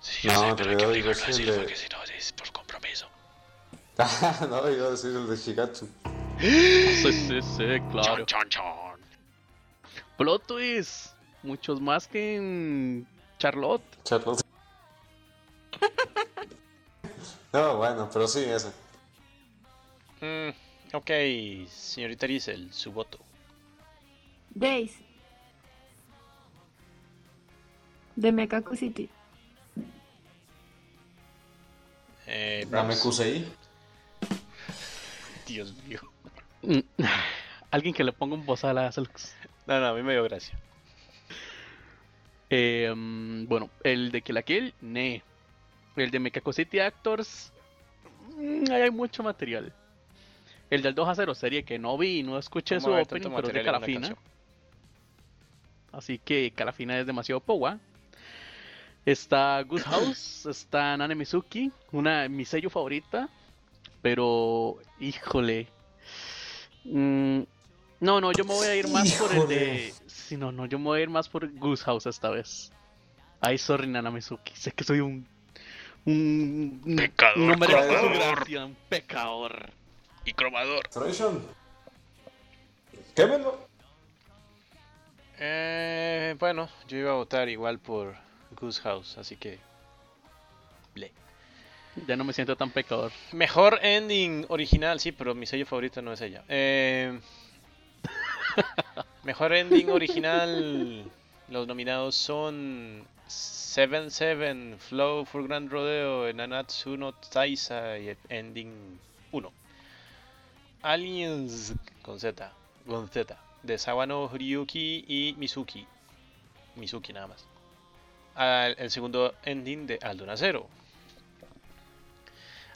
Speaker 2: Sí, yo
Speaker 5: No,
Speaker 2: sé,
Speaker 5: en
Speaker 2: pero hay
Speaker 5: realidad
Speaker 2: que obligarlo
Speaker 5: digo,
Speaker 2: a
Speaker 5: sí,
Speaker 2: decir
Speaker 5: le-
Speaker 2: porque si no es por compromiso.
Speaker 5: no, iba a decir el de Shigatsu.
Speaker 3: Sí, sí, sí, claro.
Speaker 2: Chon, chon, chon.
Speaker 3: Plot twist. Muchos más que en Charlotte.
Speaker 5: Charlotte. No, bueno, pero sí, ese.
Speaker 2: Mm, ok, señorita Rizel, su voto.
Speaker 1: Days. De Mekaku City.
Speaker 2: Eh,
Speaker 5: Dame
Speaker 2: Brahms.
Speaker 5: Kusei.
Speaker 2: Dios mío.
Speaker 3: Mm, Alguien que le ponga un bozal a Celux.
Speaker 2: No, no, a mí me dio gracia.
Speaker 3: Eh, mm, bueno, el de Kill la Kill, ne. El de Mekako City Actors, mm, ahí hay mucho material. El del 2 a 0 serie que no vi y no escuché
Speaker 2: ¿Cómo
Speaker 3: su
Speaker 2: haber
Speaker 3: opening,
Speaker 2: tanto
Speaker 3: pero es de
Speaker 2: material en una
Speaker 3: Calafina.
Speaker 2: canción?
Speaker 3: Así que Calafina es demasiado powa. Está Good House, está Nane Mizuki, una mi sello favorita. Pero, híjole. Mm, no, no, yo me voy a ir más por el de.
Speaker 5: Híjole.
Speaker 3: Sí, no, no, yo me voy a ir más por Goose House esta vez. Ay, sorry, Nana Mizuki. Sé que soy un. Un. un-
Speaker 4: Pecador,
Speaker 3: un hombre de su
Speaker 5: pecador.
Speaker 3: gracia, un pecador.
Speaker 4: Y cromador.
Speaker 5: Traition. Quémelo.
Speaker 2: Eh, bueno, yo iba a votar igual por Goose House, así que. Ble.
Speaker 3: Ya no me siento tan pecador.
Speaker 2: Mejor ending original, sí, pero mi sello favorito no es ella. Eh, mejor ending original. Los nominados son 7-7, Flow for Grand Rodeo, Nanatsu no Taisa y el Ending 1. Aliens con Z, con Z, de Sawano Ryuki y Mizuki. Mizuki nada más. Al- el segundo ending de Aldo Nacero,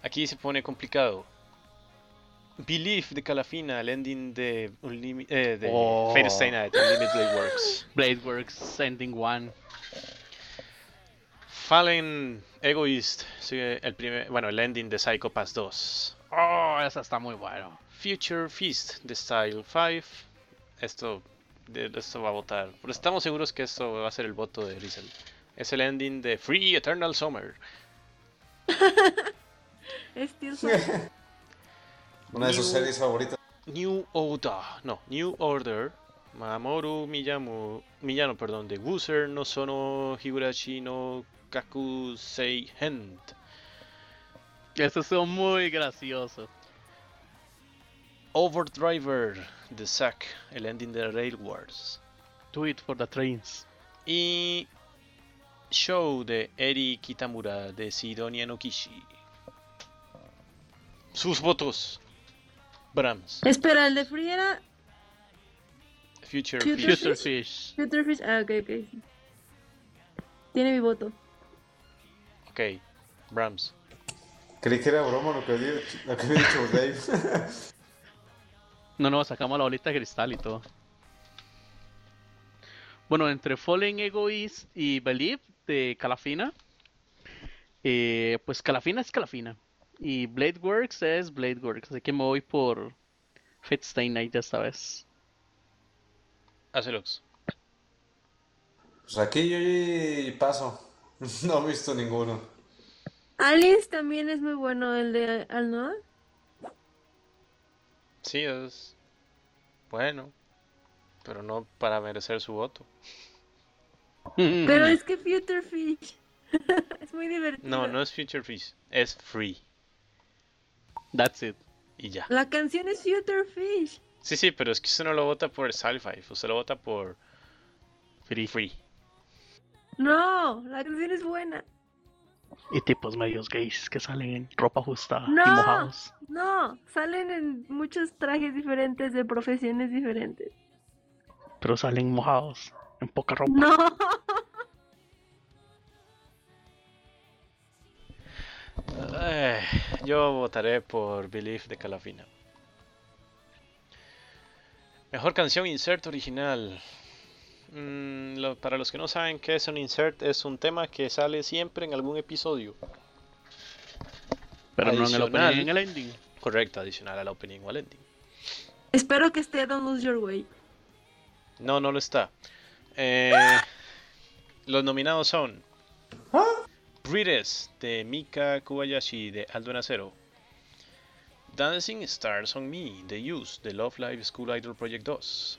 Speaker 2: Aquí se pone complicado. Belief de Calafina, el ending de, Unlimi- eh, de
Speaker 3: Oh.
Speaker 2: Fate Stay Night, Unlimited Works.
Speaker 3: Bladeworks, Ending One.
Speaker 2: Fallen Egoist, sí, el primer, bueno, el ending de Psycho Pass 2.
Speaker 3: Oh, esa está muy buena.
Speaker 2: Future Feast de Style 5. Esto, de- esto va a votar. Pero estamos seguros que esto va a ser el voto de Rizel. Es el ending de Free Eternal Summer.
Speaker 1: Steel Soul.
Speaker 5: Una de sus
Speaker 2: New-
Speaker 5: series favoritas.
Speaker 2: New Order, no, New Order, Mamoru Miyamu, Miyano, perdón, de Woozer no Sono Higurashi no Kakusei Hent.
Speaker 3: Eso estuvo muy gracioso.
Speaker 2: Overdriver de Zack, el ending de Rail Wars.
Speaker 3: Do it for the trains.
Speaker 2: Y Show de Eri Kitamura de Sidonia no Kishi. Sus votos. Brahms,
Speaker 6: Espera, el de Free era
Speaker 2: Future
Speaker 6: Future
Speaker 2: Future.
Speaker 3: Future Fish.
Speaker 6: Future Fish. Ah, ok, ok. Tiene mi voto.
Speaker 2: Ok, Brahms.
Speaker 5: Creí que era broma lo que había, lo que había dicho Dave.
Speaker 3: No, no, sacamos la bolita de cristal y todo. Bueno, entre Fallen Egoist y Believe de Calafina, eh, pues Calafina es Calafina. Y Bladeworks es Bladeworks. Así que me voy por Fate Stay Night esta vez.
Speaker 2: Azelux.
Speaker 5: Pues aquí yo y paso. No he visto ninguno.
Speaker 6: Alice también es muy bueno, el de Alnoa.
Speaker 2: Sí, es bueno, pero no para merecer su voto.
Speaker 6: Pero es que Future Fish. es muy divertido.
Speaker 2: Mm. No, no es Future Fish, es Free
Speaker 3: That's it.
Speaker 2: y ya.
Speaker 6: La canción es Future Fish.
Speaker 2: Sí, sí, pero es que usted no lo vota por Sci-Fi, usted lo vota por
Speaker 3: Free.
Speaker 2: Free.
Speaker 6: No, la canción es buena.
Speaker 3: Y tipos medios gays que salen en ropa ajustada
Speaker 6: No.
Speaker 3: y mojados.
Speaker 6: No, salen en muchos trajes diferentes de profesiones diferentes.
Speaker 3: Pero salen mojados en poca ropa.
Speaker 6: No,
Speaker 2: Eh, yo votaré por Belief de Calafina. Mejor canción insert original. Mm, lo- para los que no saben qué es un insert, es un tema que sale siempre en algún episodio.
Speaker 3: Pero no en el
Speaker 2: Adicional.
Speaker 3: opening, en el ending.
Speaker 2: Correcto, adicional al opening o al ending.
Speaker 6: Espero que esté Don't Lose Your Way.
Speaker 2: No, no lo está. Eh, los nominados son Breeders de Mika Kubayashi de Aldo Nacero. Dancing Stars on Me de Use de Love Live School Idol Project 2.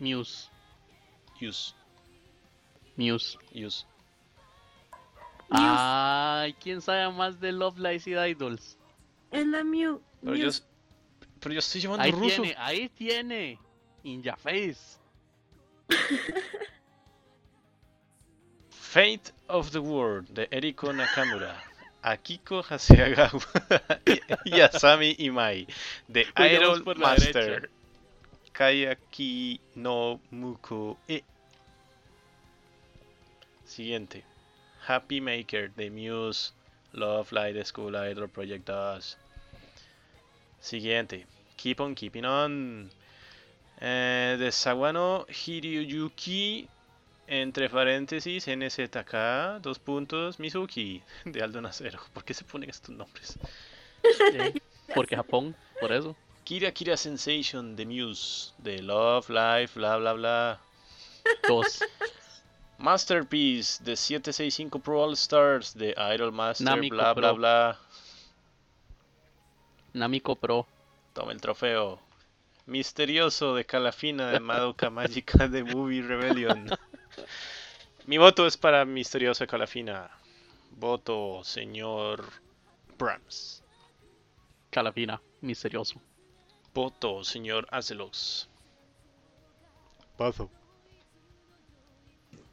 Speaker 3: Muse.
Speaker 2: Use,
Speaker 3: Muse.
Speaker 2: Use.
Speaker 3: Ay, ¿quién sabe más de Love Lies y Idols?
Speaker 6: Es la Mew.
Speaker 2: Pero yo,
Speaker 6: Muse.
Speaker 2: pero yo estoy llevando
Speaker 3: Ahí
Speaker 2: ruso.
Speaker 3: tiene, ahí tiene. In your face.
Speaker 2: Fate of the World de Eriko Nakamura. Akiko Hasegawa y y Asami Imai de
Speaker 3: Uy, Pues ya
Speaker 2: Idol
Speaker 3: vamos por la
Speaker 2: Master.
Speaker 3: derecha.
Speaker 2: Kayaki no Muku e. Siguiente. Happy Maker de Muse. Love Light School Idol Project 2. Siguiente. Keep on Keeping On. Eh, de Sawano Hiryuki. Entre paréntesis, NZK, dos puntos, Mizuki, de Aldo Nacero. ¿Por qué se ponen estos nombres?
Speaker 3: Eh, Porque Japón, por eso.
Speaker 2: Kira Kira Sensation de Muse, de Love, Life, bla bla bla.
Speaker 3: Dos.
Speaker 2: Masterpiece de 765 Pro All Stars de Idol Master,
Speaker 3: Namiko
Speaker 2: bla bla
Speaker 3: Pro.
Speaker 2: bla.
Speaker 3: Namiko Pro.
Speaker 2: Toma el trofeo. Misterioso de Calafina de Madoka Magica de Movie Rebellion. Mi voto es para Misterioso de Calafina. Voto, señor Brahms.
Speaker 3: Calafina. Misterioso.
Speaker 2: Voto, señor Azelos.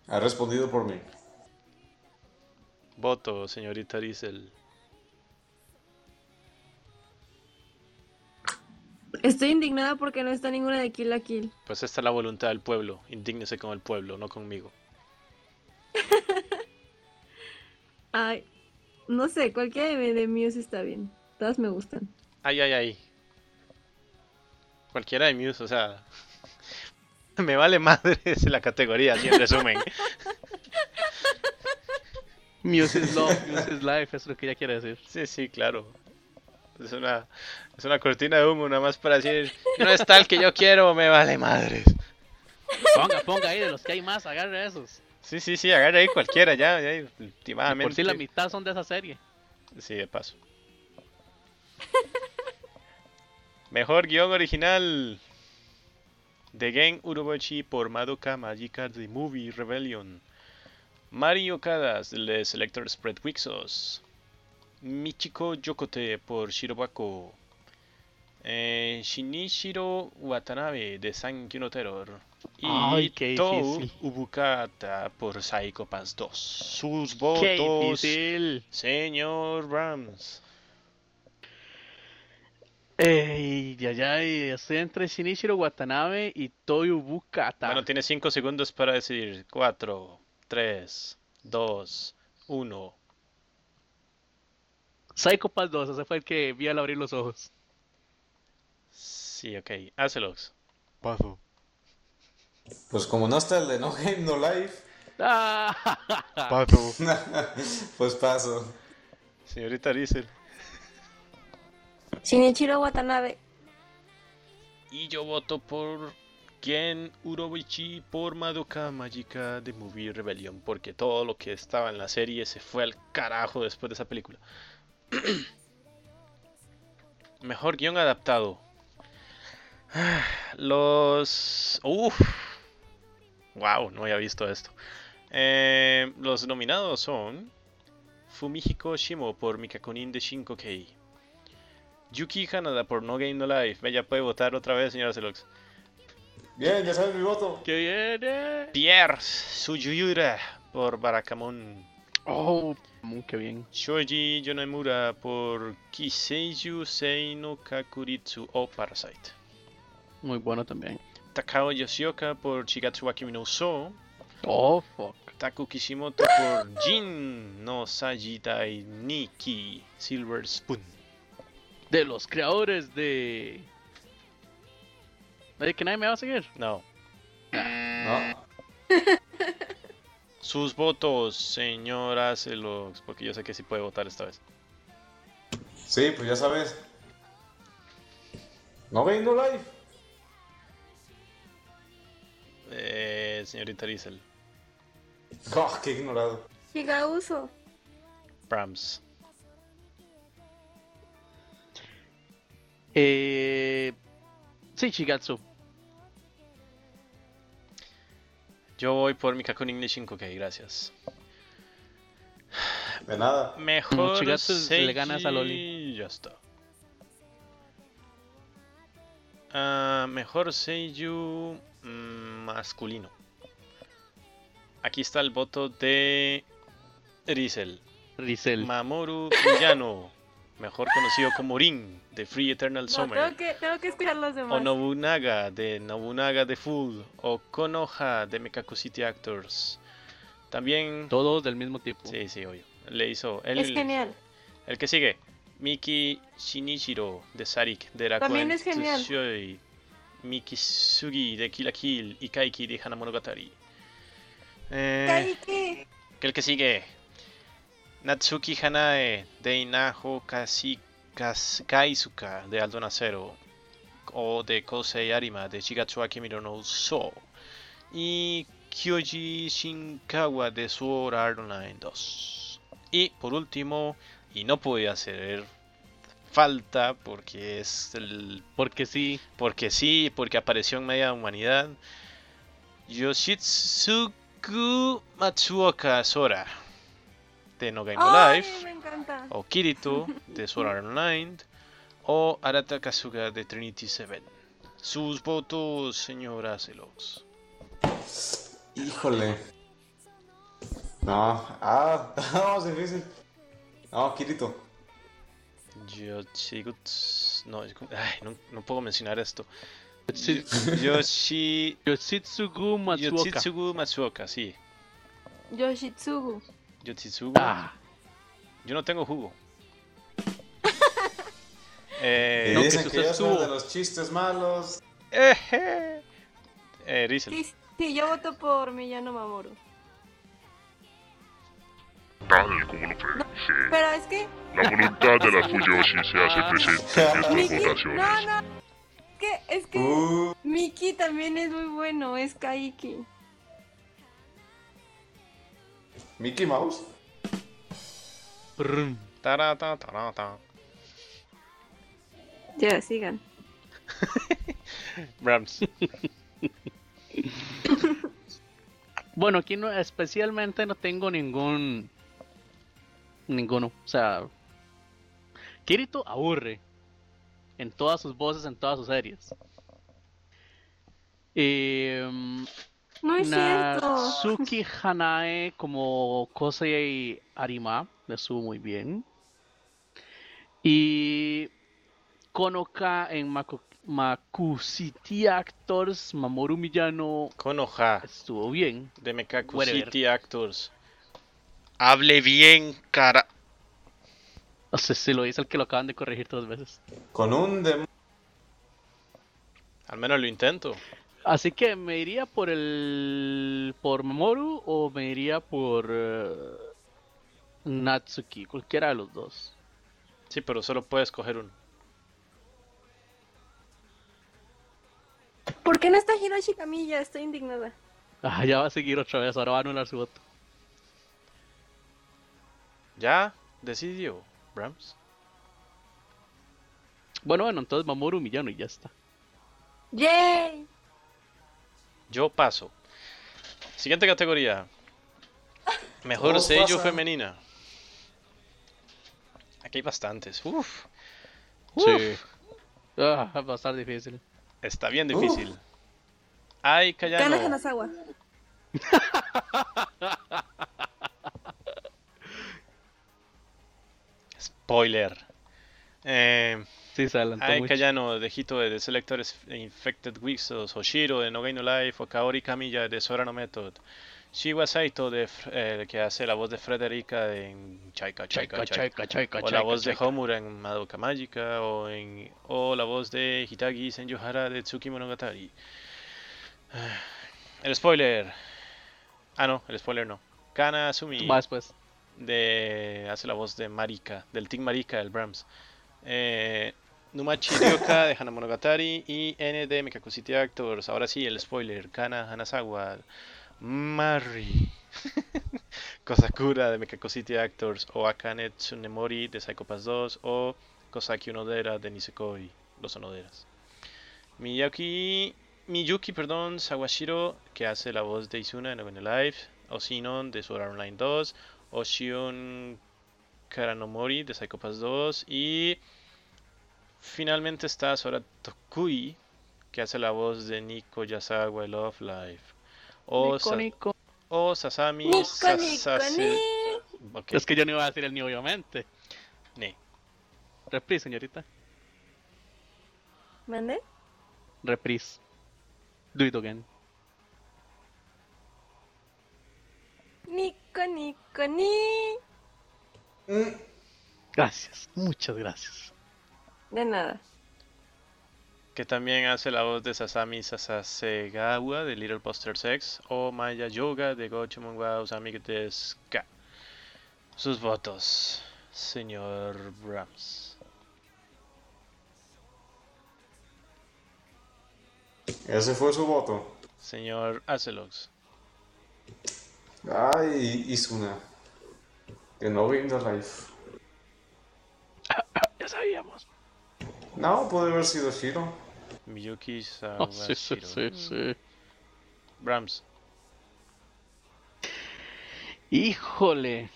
Speaker 5: Ha respondido por mí.
Speaker 2: Voto, señorita Rizel.
Speaker 6: Estoy indignada porque no está ninguna de Kill la Kill.
Speaker 2: Pues esta es la voluntad del pueblo. Indígnese con el pueblo, no conmigo.
Speaker 6: Ay, no sé, cualquiera de, de Muse está bien. Todas me gustan.
Speaker 2: Ay, ay, ay. Cualquiera de Muse, o sea. Me vale madre es la categoría, así en resumen.
Speaker 3: Muse is love, Muse is life, es lo que ella quiere decir.
Speaker 2: Sí, sí, claro. Es una, es una cortina de humo, nada más para decir: No es tal que yo quiero, me vale madres.
Speaker 3: Ponga, ponga ahí, de los que hay más, agarre esos.
Speaker 2: Sí, sí, sí, agarra ahí cualquiera, ya, ya,
Speaker 3: Y
Speaker 2: últimamente.
Speaker 3: por si la mitad son de esa serie.
Speaker 2: Sí, de paso. Mejor guión original. The Gen Urobochi por Madoka Magica The Movie Rebellion. Mari Okada de Selector Spread Wixos. Michiko Yokote por Shirobako. Eh, Shinichiro Watanabe de Sankyo no Terror. Y
Speaker 3: Ay, qué
Speaker 2: Tou
Speaker 3: difícil.
Speaker 2: Ubukata por Psycho Pass 2. Sus
Speaker 3: ¡Qué
Speaker 2: votos.
Speaker 3: difícil!
Speaker 2: Señor Rams.
Speaker 3: Ey, ya, ya, y estoy entre Shinichiro Watanabe y Toyo Bukata.
Speaker 2: Bueno, tiene 5 segundos para decidir. 4, 3, 2, 1.
Speaker 3: Psycho Pass 2, ese fue el que vi al abrir los ojos.
Speaker 2: Sí, ok. Hacelos.
Speaker 3: Paso.
Speaker 5: Pues como no está el de No Game No Life,
Speaker 3: Paso.
Speaker 5: pues paso.
Speaker 2: Señorita Rizel.
Speaker 1: Shinichiro Watanabe.
Speaker 2: Y yo voto por Ken Urobichi por Madoka Magica de Movie Rebellion. Porque todo lo que estaba en la serie se fue al carajo después de esa película. Mejor guión adaptado. Los. Uff. Wow, no había visto esto. Eh, los nominados son. Fumihiko Shimo por Mikakunin de Shinkokei. Yuki Hanada por No Game No Life. Ve, Ya puede votar otra vez, señora Celox.
Speaker 5: Bien, ya sabes mi voto.
Speaker 3: ¡Que viene!
Speaker 2: Pierre Suyuyura por Barakamon.
Speaker 3: ¡Oh! mm, ¡Qué bien!
Speaker 2: Shoji Yonemura por Kiseiju Seino Kakuritsu o Parasite.
Speaker 3: Muy bueno también.
Speaker 2: Takao Yoshioka por Shigatsu wa Kimi no Uso.
Speaker 3: ¡Oh, fuck!
Speaker 2: Taku Kishimoto por Jin no Saji Dai Niki Silver Spoon.
Speaker 3: De los creadores de... ¿De que nadie me va a seguir?
Speaker 2: No.
Speaker 5: No,
Speaker 2: Sus votos, señora Celox, porque yo sé que sí puede votar esta vez.
Speaker 5: Sí, pues ya sabes. No Game No Life.
Speaker 2: Eh, señorita Rizel.
Speaker 5: Oh, qué ignorado.
Speaker 1: Giga uso.
Speaker 2: Prams.
Speaker 3: Eh, sí, Shigatsu.
Speaker 2: Yo voy por mi Kakunin Nishinkoke, gracias.
Speaker 5: De nada.
Speaker 2: Mejor
Speaker 3: Chigatsu, le
Speaker 2: Seiji,
Speaker 3: ganas a Loli.
Speaker 2: Ya está. Ah, mejor Seiyu mm, masculino. Aquí está el voto de Rizel.
Speaker 3: Rizel.
Speaker 2: Mamoru Miyano, mejor conocido como Rin de Free Eternal
Speaker 1: No,
Speaker 2: Summer.
Speaker 1: tengo que, tengo que escuchar los demás.
Speaker 2: O Nobunaga de Nobunaga The Fool. O Konoha de Mekaku City Actors. También.
Speaker 3: Todos del mismo tipo.
Speaker 2: Sí, sí, obvio. Le hizo. él-
Speaker 1: Es genial.
Speaker 2: El que sigue. Miki Shinichiro de Sarik de Rakuen
Speaker 1: También es genial.
Speaker 2: Tsushoi, Miki Sugi de Kill la Kill y Kaiki de Hanamonogatari. Eh,
Speaker 1: Kaiki.
Speaker 2: el que sigue. Natsuki Hanae de Inaho Kasi- Kas- Kaisuka de Aldo Nacero. O de Kosei Arima de Shigatsu Akimiro no Uso. Y Kyoji Shinkawa de Sword Art Online 2. Y por último, y no puede hacer falta porque es el
Speaker 3: Porque sí.
Speaker 2: porque sí, porque apareció en media humanidad. Yoshitsuku Matsuoka Sora de No Game No
Speaker 1: Ay,
Speaker 2: Life,
Speaker 1: me encanta.
Speaker 2: o Kirito de Sword Art Online, o Arata Kazuga de Trinity Seven. Sus votos, señora Celox.
Speaker 5: Híjole. No. Ah, no, es difícil. No, Kirito.
Speaker 2: Yoshiguts. No, es como- ay, no, no puedo mencionar esto.
Speaker 3: Sí.
Speaker 2: Yoshi.
Speaker 3: Yoshitsugu Matsuoka.
Speaker 2: Yoshitsugu Matsuoka, sí.
Speaker 1: Yoshitsugu.
Speaker 2: Yoshitsugu.
Speaker 3: Ah,
Speaker 2: Yo no tengo jugo. Eh,
Speaker 5: Y
Speaker 3: no, que
Speaker 5: dicen
Speaker 3: eso
Speaker 5: que,
Speaker 3: está
Speaker 5: yo soy
Speaker 3: estuvo.
Speaker 5: de los chistes malos.
Speaker 2: Eje. Eh, Rizel.
Speaker 1: Sí, sí, yo voto por Millano Mamoru.
Speaker 4: Dale, como lo predije.
Speaker 1: Pero es que
Speaker 4: La voluntad de las Fuyoshi se hace presente en
Speaker 1: Miki,
Speaker 4: estas
Speaker 1: no,
Speaker 4: votaciones.
Speaker 1: no. Es que, es que
Speaker 5: Uh,
Speaker 1: Miki también es muy bueno, es Kaiki.
Speaker 5: Mickey Mouse.
Speaker 3: prrrm.
Speaker 2: Tarata, tarata.
Speaker 1: Ya, sigan.
Speaker 2: Rams.
Speaker 3: Bueno, aquí no, especialmente no tengo ningún. Ninguno. O sea. Kirito aburre. En todas sus voces, en todas sus series. Em,
Speaker 1: No es cierto.
Speaker 3: Natsuki Hanae como Kosei Arima. Le estuvo muy bien. Y. Konoka en Maku- Makusiti Actors. Mamoru Miyano.
Speaker 2: Konoha
Speaker 3: Estuvo bien.
Speaker 2: de Mekaku
Speaker 3: Whatever.
Speaker 2: City Actors. Hable bien, cara.
Speaker 3: No sé si lo dice el que lo acaban de corregir tres veces.
Speaker 5: Con un demonio.
Speaker 2: Al menos lo intento.
Speaker 3: Así que me iría por el. por Mamoru o me iría por. eh, Natsuki, cualquiera de los dos.
Speaker 2: Sí, pero solo puedes coger uno.
Speaker 1: ¿Por qué no está Hiroshi Kamiya? Estoy indignada.
Speaker 3: Ah, ya va a seguir otra vez, ahora va a anular su voto.
Speaker 2: Ya decidió, Rams.
Speaker 3: Bueno, bueno, entonces Mamoru Millano y ya está.
Speaker 1: ¡Yay!
Speaker 2: Yo paso. Siguiente categoría. Mejor
Speaker 5: Todos
Speaker 2: sello
Speaker 5: pasan.
Speaker 2: femenina. Aquí hay bastantes. Uf.
Speaker 3: Sí. Ah, va a estar difícil.
Speaker 2: Está bien
Speaker 5: Uf.
Speaker 2: difícil. Ay,
Speaker 1: Kana
Speaker 2: callado.
Speaker 1: Hanazawa.
Speaker 2: Spoiler. Eh,
Speaker 3: Sí, se adelantó
Speaker 2: Ay,
Speaker 3: mucho.
Speaker 2: Kayano de Hito de The Selectors Infected Wixos, Oshiro de No Game No Life, o Kaori Kamiya de Sorano Method, Shiwa Saito de, F- eh, que hace la voz de Frederica en Chaika Chaika
Speaker 3: Chaika,
Speaker 2: Chaika,
Speaker 3: chaika, chaika,
Speaker 2: o la
Speaker 3: chaika,
Speaker 2: voz de
Speaker 3: chaika.
Speaker 2: Homura en Madoka Magica, o, en, o la voz de Hitagi Senjuhara de Tsuki Monogatari. Ah, El spoiler. Ah, no, el spoiler no. Kana Asumi
Speaker 3: Va después.
Speaker 2: de hace la voz de Marika, del Team Marika, el Brahms. Eh, Numachi Ryoka de Hanamonogatari y N de Mekaku City Actors. Ahora sí, el spoiler. Kana Hanasawa. Mari. Kosakura de Mekaku City Actors. O Akane Tsunemori de Psycho Pass 2. O Kosaki Onodera de Nisekoi. Los Onoderas. Miyaki, Miyuki perdón, Sawashiro, que hace la voz de Izuna en Open Live, Osinon de Sword Art Online 2, Oshion Karanomori de Psycho Pass 2 y finalmente está Sora Tokui, que hace la voz de Nico Yasawa de Love Live. O, Sa-
Speaker 3: Nico.
Speaker 2: o Sasami
Speaker 1: Nico,
Speaker 2: Sasase- Ok,
Speaker 3: Es que yo no iba a decir el ni obviamente.
Speaker 2: ne.
Speaker 3: Reprise, señorita.
Speaker 1: ¿Mande?
Speaker 3: Reprise. Do it again.
Speaker 1: Nico, Nico, ni.
Speaker 5: mm,
Speaker 3: Gracias, muchas gracias.
Speaker 1: De nada.
Speaker 2: que también hace la voz de Sasami Sasasegawa de Little Buster Sex o Maya Yoga de Gochumon wa Usami de Ska. Sus votos, señor Brahms.
Speaker 5: Ese fue su voto.
Speaker 2: Señor Acelox.
Speaker 5: Ay, Izuna. Que no vi the life.
Speaker 3: Ya sabíamos.
Speaker 5: No, puede haber sido Shiro.
Speaker 2: Miyuki
Speaker 3: Oh, sí, sí,
Speaker 2: Sawashiro.
Speaker 3: sí, sí.
Speaker 2: Brahms.
Speaker 3: Híjole.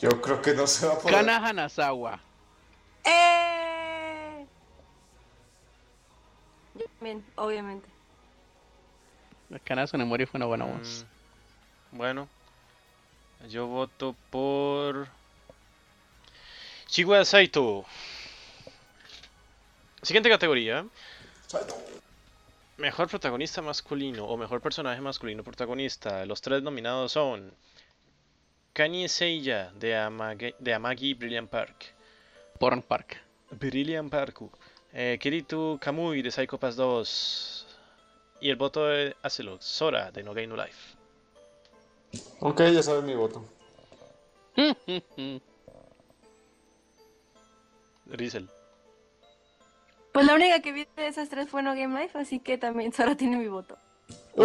Speaker 5: Yo creo que no se va a poder.
Speaker 3: Kana Hanazawa.
Speaker 1: ¡Eh! Yo también, obviamente.
Speaker 3: Kana Tsunemori fue una buena voz.
Speaker 2: Mm, bueno, yo voto por Shigeru Saito. Siguiente categoría. Mejor protagonista masculino o mejor personaje masculino protagonista. Los tres nominados son Kanye Seiya de Amagi, de Amagi Brilliant Park.
Speaker 3: Porn Park.
Speaker 2: Brilliant Parku. Eh, Kirito Kamui de Psycho Pass 2. Y el voto de Acelot, Sora de No Game No Life.
Speaker 5: Ok, ya saben mi voto.
Speaker 2: Rizel.
Speaker 1: Pues la única que vi de esas tres fue No Game Life, así que también Sora tiene mi voto.
Speaker 5: Uh,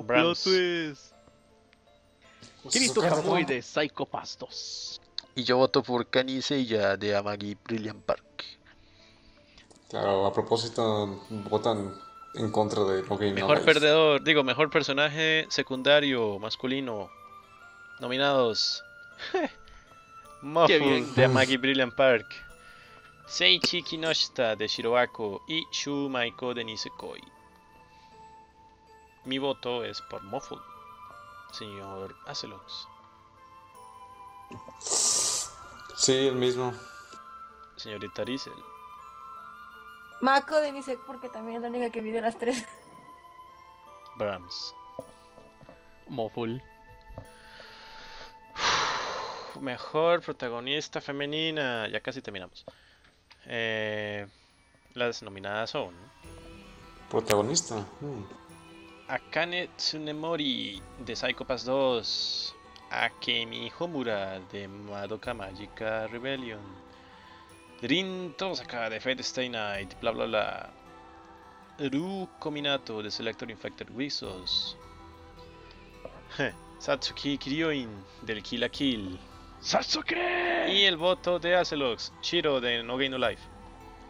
Speaker 3: ¡Oh! Plot
Speaker 2: Brahms.
Speaker 3: twist. Kirito
Speaker 5: Suzuka no
Speaker 3: Kamui
Speaker 5: toma.
Speaker 3: de Psycho Pass 2.
Speaker 2: Y yo voto por Kanisella de Amagi Brilliant Park.
Speaker 5: Claro, a propósito, votan en contra de lo que no
Speaker 2: Mejor
Speaker 5: es.
Speaker 2: perdedor, digo, mejor personaje secundario masculino. Nominados.
Speaker 3: Qué
Speaker 2: Muffle
Speaker 3: bien.
Speaker 2: de Amagi Brilliant Park. Seichi Kinoshita de Shiroako y Shu Maiko de Nisekoi. Mi voto es por Muffle, señor Acelox.
Speaker 5: Sí, el mismo.
Speaker 2: Señorita Rizel.
Speaker 1: Mako de Nisek, porque también es la única que vi de las tres.
Speaker 2: Brahms.
Speaker 3: Moful.
Speaker 2: Mejor protagonista femenina. Ya casi terminamos. Eh, las nominadas son
Speaker 5: Protagonista. Hmm.
Speaker 2: Akane Tsunemori de Psycho Pass 2. Akemi Homura de Madoka Magica Rebellion. Rin Tosaka de Fate Stay Night. Bla bla bla. Ru Kominato de Selector Infected Wizards. Satsuki Kiryoin del Kill la Kill.
Speaker 3: ¡Sasuke!
Speaker 2: Y el voto de Acelox, Shiro de No Game No Life.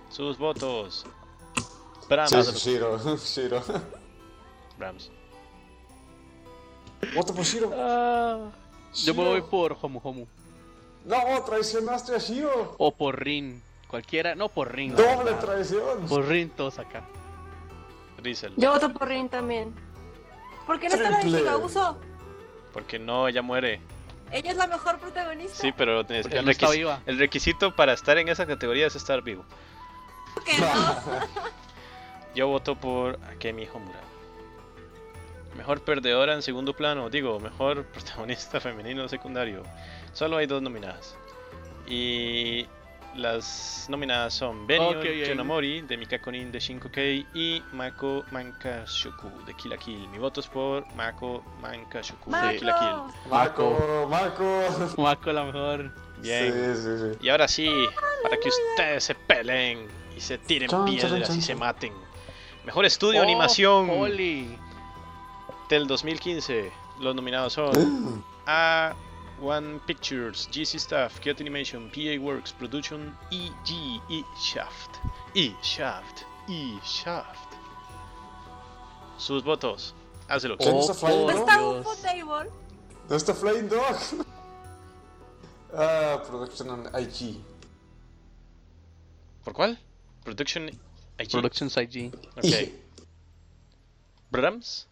Speaker 2: Sus votos. Brahms.
Speaker 5: Sí, Shiro. Shiro.
Speaker 2: Brahms.
Speaker 5: Voto por Shiro.
Speaker 2: Ah,
Speaker 3: Yo me voy por Homu Homu.
Speaker 5: No, traicionaste a Shiro.
Speaker 3: O por Rin. Cualquiera. No, por Rin.
Speaker 5: Doble traición.
Speaker 3: Por Rin todos acá.
Speaker 2: Rizel.
Speaker 1: Yo voto por Rin también. ¿Por qué no está la de
Speaker 5: Triple.
Speaker 1: Shigauso?
Speaker 2: Porque no, ella muere.
Speaker 1: Ella es la mejor protagonista.
Speaker 2: Sí, pero es-
Speaker 3: Porque
Speaker 2: el,
Speaker 3: no está
Speaker 2: requis-
Speaker 3: viva.
Speaker 2: el requisito para estar en esa categoría es estar vivo. Yo voto por Akemi Homura. Mejor perdedora en segundo plano, digo, mejor protagonista femenino secundario. Solo hay dos nominadas. Y Las nominadas son Benio
Speaker 3: Ok, ahí.
Speaker 2: Yonomori de Mikako Nin de Shinkokei y Mako Mankashoku de Kill la Kill. Mi voto es por Mako Mankashoku de Kill la Kill.
Speaker 1: ¡Mako!
Speaker 5: Marco, Marco.
Speaker 3: Marco a la mejor.
Speaker 2: Bien.
Speaker 5: Sí, sí, sí.
Speaker 2: Y ahora sí, para que ustedes se peleen y se tiren
Speaker 5: Chan, chan,
Speaker 2: piedras
Speaker 5: chan,
Speaker 2: y
Speaker 5: chan.
Speaker 2: se maten. Mejor estudio de
Speaker 3: Oh,
Speaker 2: animación
Speaker 3: Oli.
Speaker 2: del 2015. Los nominados son A One Pictures, GC Staff, Kyoto Animation, PA Works, Production, EG, E Shaft, E Shaft, E Shaft. Sus votos, hazlo.
Speaker 5: ¿Quién hizo Fly,
Speaker 3: Oh, por
Speaker 5: no?
Speaker 1: ¿Dónde está
Speaker 3: Dios.
Speaker 1: UFO Table?
Speaker 5: ¿Dónde está Flying Dog? Ah, Production on IG.
Speaker 2: ¿Por cuál? Production IG.
Speaker 3: Productions IG.
Speaker 2: ok. Brams.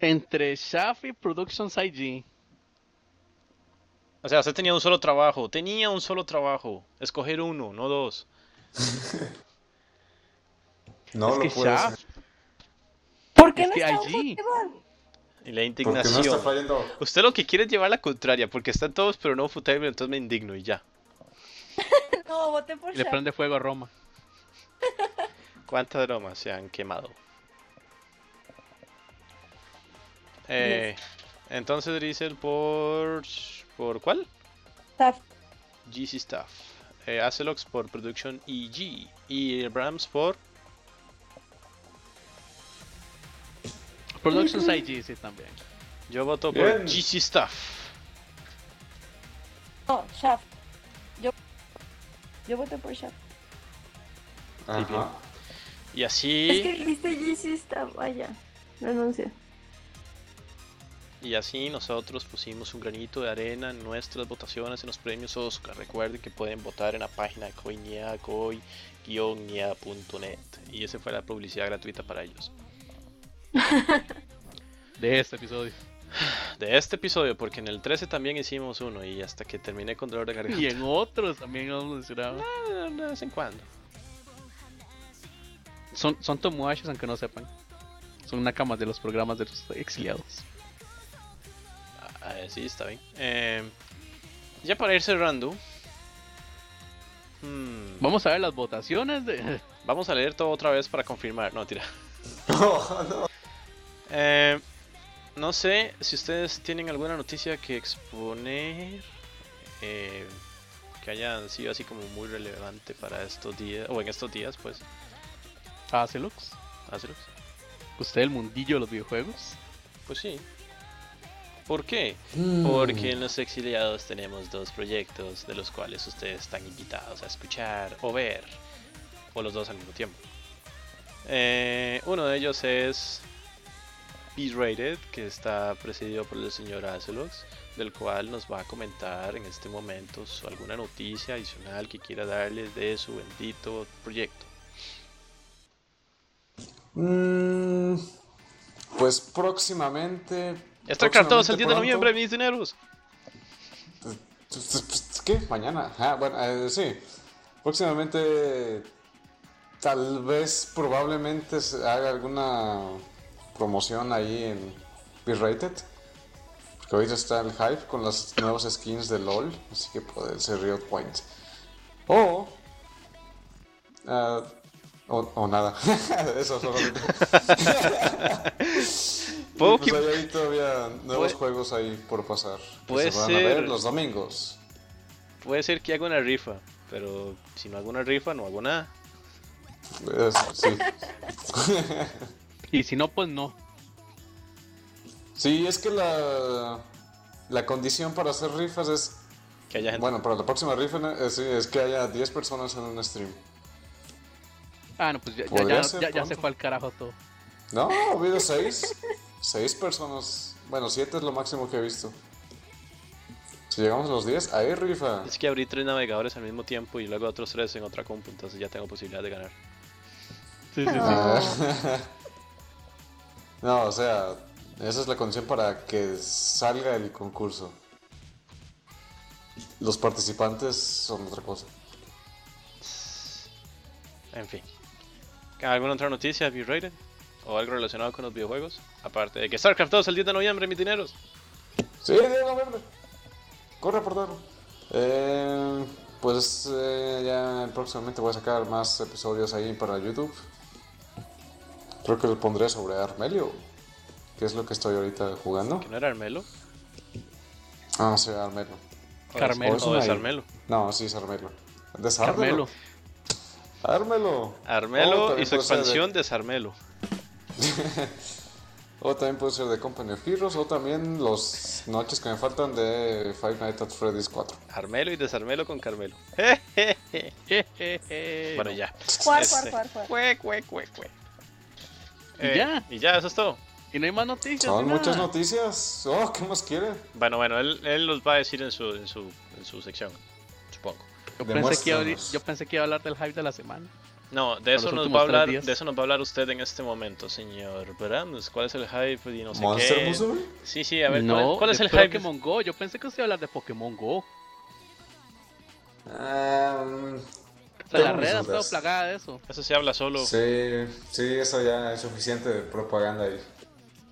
Speaker 3: Entre Shafi Productions IG.
Speaker 2: O sea, usted tenía un solo trabajo. Tenía un solo trabajo. Escoger uno, no dos.
Speaker 5: No
Speaker 3: es
Speaker 5: lo
Speaker 3: que
Speaker 5: puedo
Speaker 3: Shaft-
Speaker 5: hacer.
Speaker 1: ¿Por qué
Speaker 3: Es
Speaker 1: no
Speaker 3: que
Speaker 1: está
Speaker 3: allí.
Speaker 1: UFO Table?
Speaker 2: Y la
Speaker 5: Porque no
Speaker 2: indignación.
Speaker 5: está Flying Dog.
Speaker 2: Usted lo que quiere es llevar la contraria, porque están todos, pero no Futable, entonces me indigno y ya.
Speaker 1: No, voté por
Speaker 3: Y le
Speaker 1: Shaft.
Speaker 3: prende fuego a Roma.
Speaker 2: ¿Cuántas bromas se han quemado? Eh, entonces Drizzle por... ¿Por cuál?
Speaker 1: Shaft.
Speaker 2: GC Staff. Eh, Acelox por Production EG. Y Brahms por...
Speaker 3: Productions IG, sí, también.
Speaker 2: Yo voto por
Speaker 5: Bien.
Speaker 2: GC Staff.
Speaker 1: No, Shaft. Yo, yo voté por Shaft.
Speaker 5: Ajá.
Speaker 2: Y
Speaker 6: Es
Speaker 2: así...
Speaker 6: que viste GC está, vaya. Renuncia.
Speaker 2: Y así nosotros pusimos un granito de arena en nuestras votaciones en los premios Oscar. Recuerden que pueden votar en la página de coinia coy net Y esa fue la publicidad gratuita para ellos.
Speaker 3: De este episodio.
Speaker 2: De este episodio, porque en el 13 también hicimos uno y hasta que terminé con dolor de garganta.
Speaker 3: Y en otros también hemos mencionado.
Speaker 2: Ah, De vez en cuando.
Speaker 3: Son, son tomuachos, aunque no sepan. Son nakamas de los programas de los exiliados.
Speaker 2: Ah, eh, sí, está bien. Eh, ya para ir cerrando. hmm,
Speaker 3: Vamos a ver las votaciones de.
Speaker 2: vamos a leer todo otra vez para confirmar. No, tira.
Speaker 5: No, no.
Speaker 2: Eh, no sé si ustedes tienen alguna noticia que exponer eh, que hayan sido así como muy relevante para estos días, o en estos días, pues,
Speaker 3: Ah, Celux.
Speaker 2: hácelos.
Speaker 3: Usted el mundillo de los videojuegos.
Speaker 2: Pues sí. ¿Por qué?
Speaker 5: Mm.
Speaker 2: Porque en Los Exiliados tenemos dos proyectos de los cuales ustedes están invitados a escuchar o ver, o los dos al mismo tiempo. Eh, uno de ellos es B-Rated, que está presidido por el señor Azelox, del cual nos va a comentar en este momento su- alguna noticia adicional que quiera darles de su bendito proyecto.
Speaker 5: Mm, pues próximamente.
Speaker 2: Starcraft 2 el 10 de
Speaker 5: próximamente pronto.
Speaker 2: noviembre, mis dineros.
Speaker 5: ¿Qué? Mañana. Ah, bueno, eh, sí. Próximamente, tal vez, probablemente se haga alguna promoción ahí en B-Rated. Porque ahorita está el hype con las nuevas skins de LOL. Así que puede ser Riot Point. O. ah, o, o nada. Eso solamente.
Speaker 2: Puedo
Speaker 5: Pues
Speaker 2: que-
Speaker 5: hay ahí todavía
Speaker 2: Puede-
Speaker 5: nuevos juegos ahí por pasar. que
Speaker 2: puede
Speaker 5: se van a ver
Speaker 2: ser.
Speaker 5: los domingos.
Speaker 2: Puede ser que haga una rifa, pero si no hago una rifa, no hago nada.
Speaker 5: Es- sí.
Speaker 3: Y si no, pues no.
Speaker 5: Sí, es que la, la condición para hacer rifas es.
Speaker 2: Que haya gente.
Speaker 5: Bueno, para la próxima rifa eh, sí, es, que haya 10 personas en un stream.
Speaker 3: Ah, no, pues ya, ya-
Speaker 5: Podría
Speaker 3: ya-
Speaker 5: ser
Speaker 3: ya- ya se
Speaker 5: pronto.
Speaker 3: fue al carajo todo.
Speaker 5: No, ha habido 6. 6 personas. Bueno, 7 es lo máximo que he visto. Si llegamos a los 10, ahí rifa.
Speaker 2: Es que abrí tres navegadores al mismo tiempo y luego otros tres en otra compu, entonces ya tengo posibilidad de ganar.
Speaker 3: Sí, sí, sí.
Speaker 5: Ah. no, o sea, esa es la condición para que salga el concurso. Los participantes son otra cosa.
Speaker 2: En fin. ¿Alguna otra noticia, V-Rated? ¿O algo relacionado con los videojuegos? Aparte de que StarCraft 2 el 10 de noviembre, mis dineros.
Speaker 5: Sí, de noviembre. Corre por darlo. Eh, pues eh, ya próximamente voy a sacar más episodios ahí para YouTube. Creo que lo pondré sobre Armelio, que es lo que estoy ahorita jugando.
Speaker 2: ¿Que no era Armelo?
Speaker 5: Ah, sí, Armelio.
Speaker 3: Carmelo.
Speaker 5: es
Speaker 2: ¿O
Speaker 5: una
Speaker 2: es
Speaker 5: I.
Speaker 2: Armelo?
Speaker 5: No, sí, es Armelio. Desármelo.
Speaker 3: Carmelo.
Speaker 5: Armelo.
Speaker 2: Armelo
Speaker 5: Oh,
Speaker 2: y su
Speaker 5: también puede ser de-
Speaker 2: expansión Desarmelo.
Speaker 5: O oh, también puede ser de Company of Heroes, o también los noches que me faltan de Five Nights at Freddy's 4.
Speaker 2: Armelo y Desarmelo con Carmelo. bueno, ya.
Speaker 1: Juar, juar,
Speaker 2: Este.
Speaker 1: juar, juar.
Speaker 2: Cue, cue, cue, cue. Eh,
Speaker 3: ya.
Speaker 2: Y ya, eso es todo.
Speaker 3: Y no hay más noticias.
Speaker 5: Son
Speaker 3: ni nada.
Speaker 5: muchas noticias. Oh, ¿qué más quiere?
Speaker 2: Bueno, bueno, él, él los va a decir en su, en su, en su sección, supongo.
Speaker 3: Yo pensé, que iba a abrir-
Speaker 5: Demuéstranos.
Speaker 3: yo pensé que iba a hablar del hype de la semana.
Speaker 2: No, de eso
Speaker 3: los
Speaker 2: nos va
Speaker 3: últimos
Speaker 2: a
Speaker 3: tres
Speaker 2: hablar,
Speaker 3: días.
Speaker 2: de eso nos va a hablar usted en este momento, señor Brams. ¿Cuál es el hype y no sé
Speaker 5: ¿Monster
Speaker 2: qué?
Speaker 5: Musume?
Speaker 2: Sí, sí, a ver,
Speaker 3: no,
Speaker 2: ¿cuál, cuál es
Speaker 3: de
Speaker 2: el hype?
Speaker 3: Pokémon Go. Yo pensé que usted iba a hablar de Pokémon Go.
Speaker 5: Ah,
Speaker 3: O sea,
Speaker 5: Tengo
Speaker 3: la
Speaker 5: mis
Speaker 3: red ha estado
Speaker 5: dudas.
Speaker 3: plagada de eso.
Speaker 2: Eso se habla solo.
Speaker 5: sí, sí, eso ya es suficiente de propaganda ahí.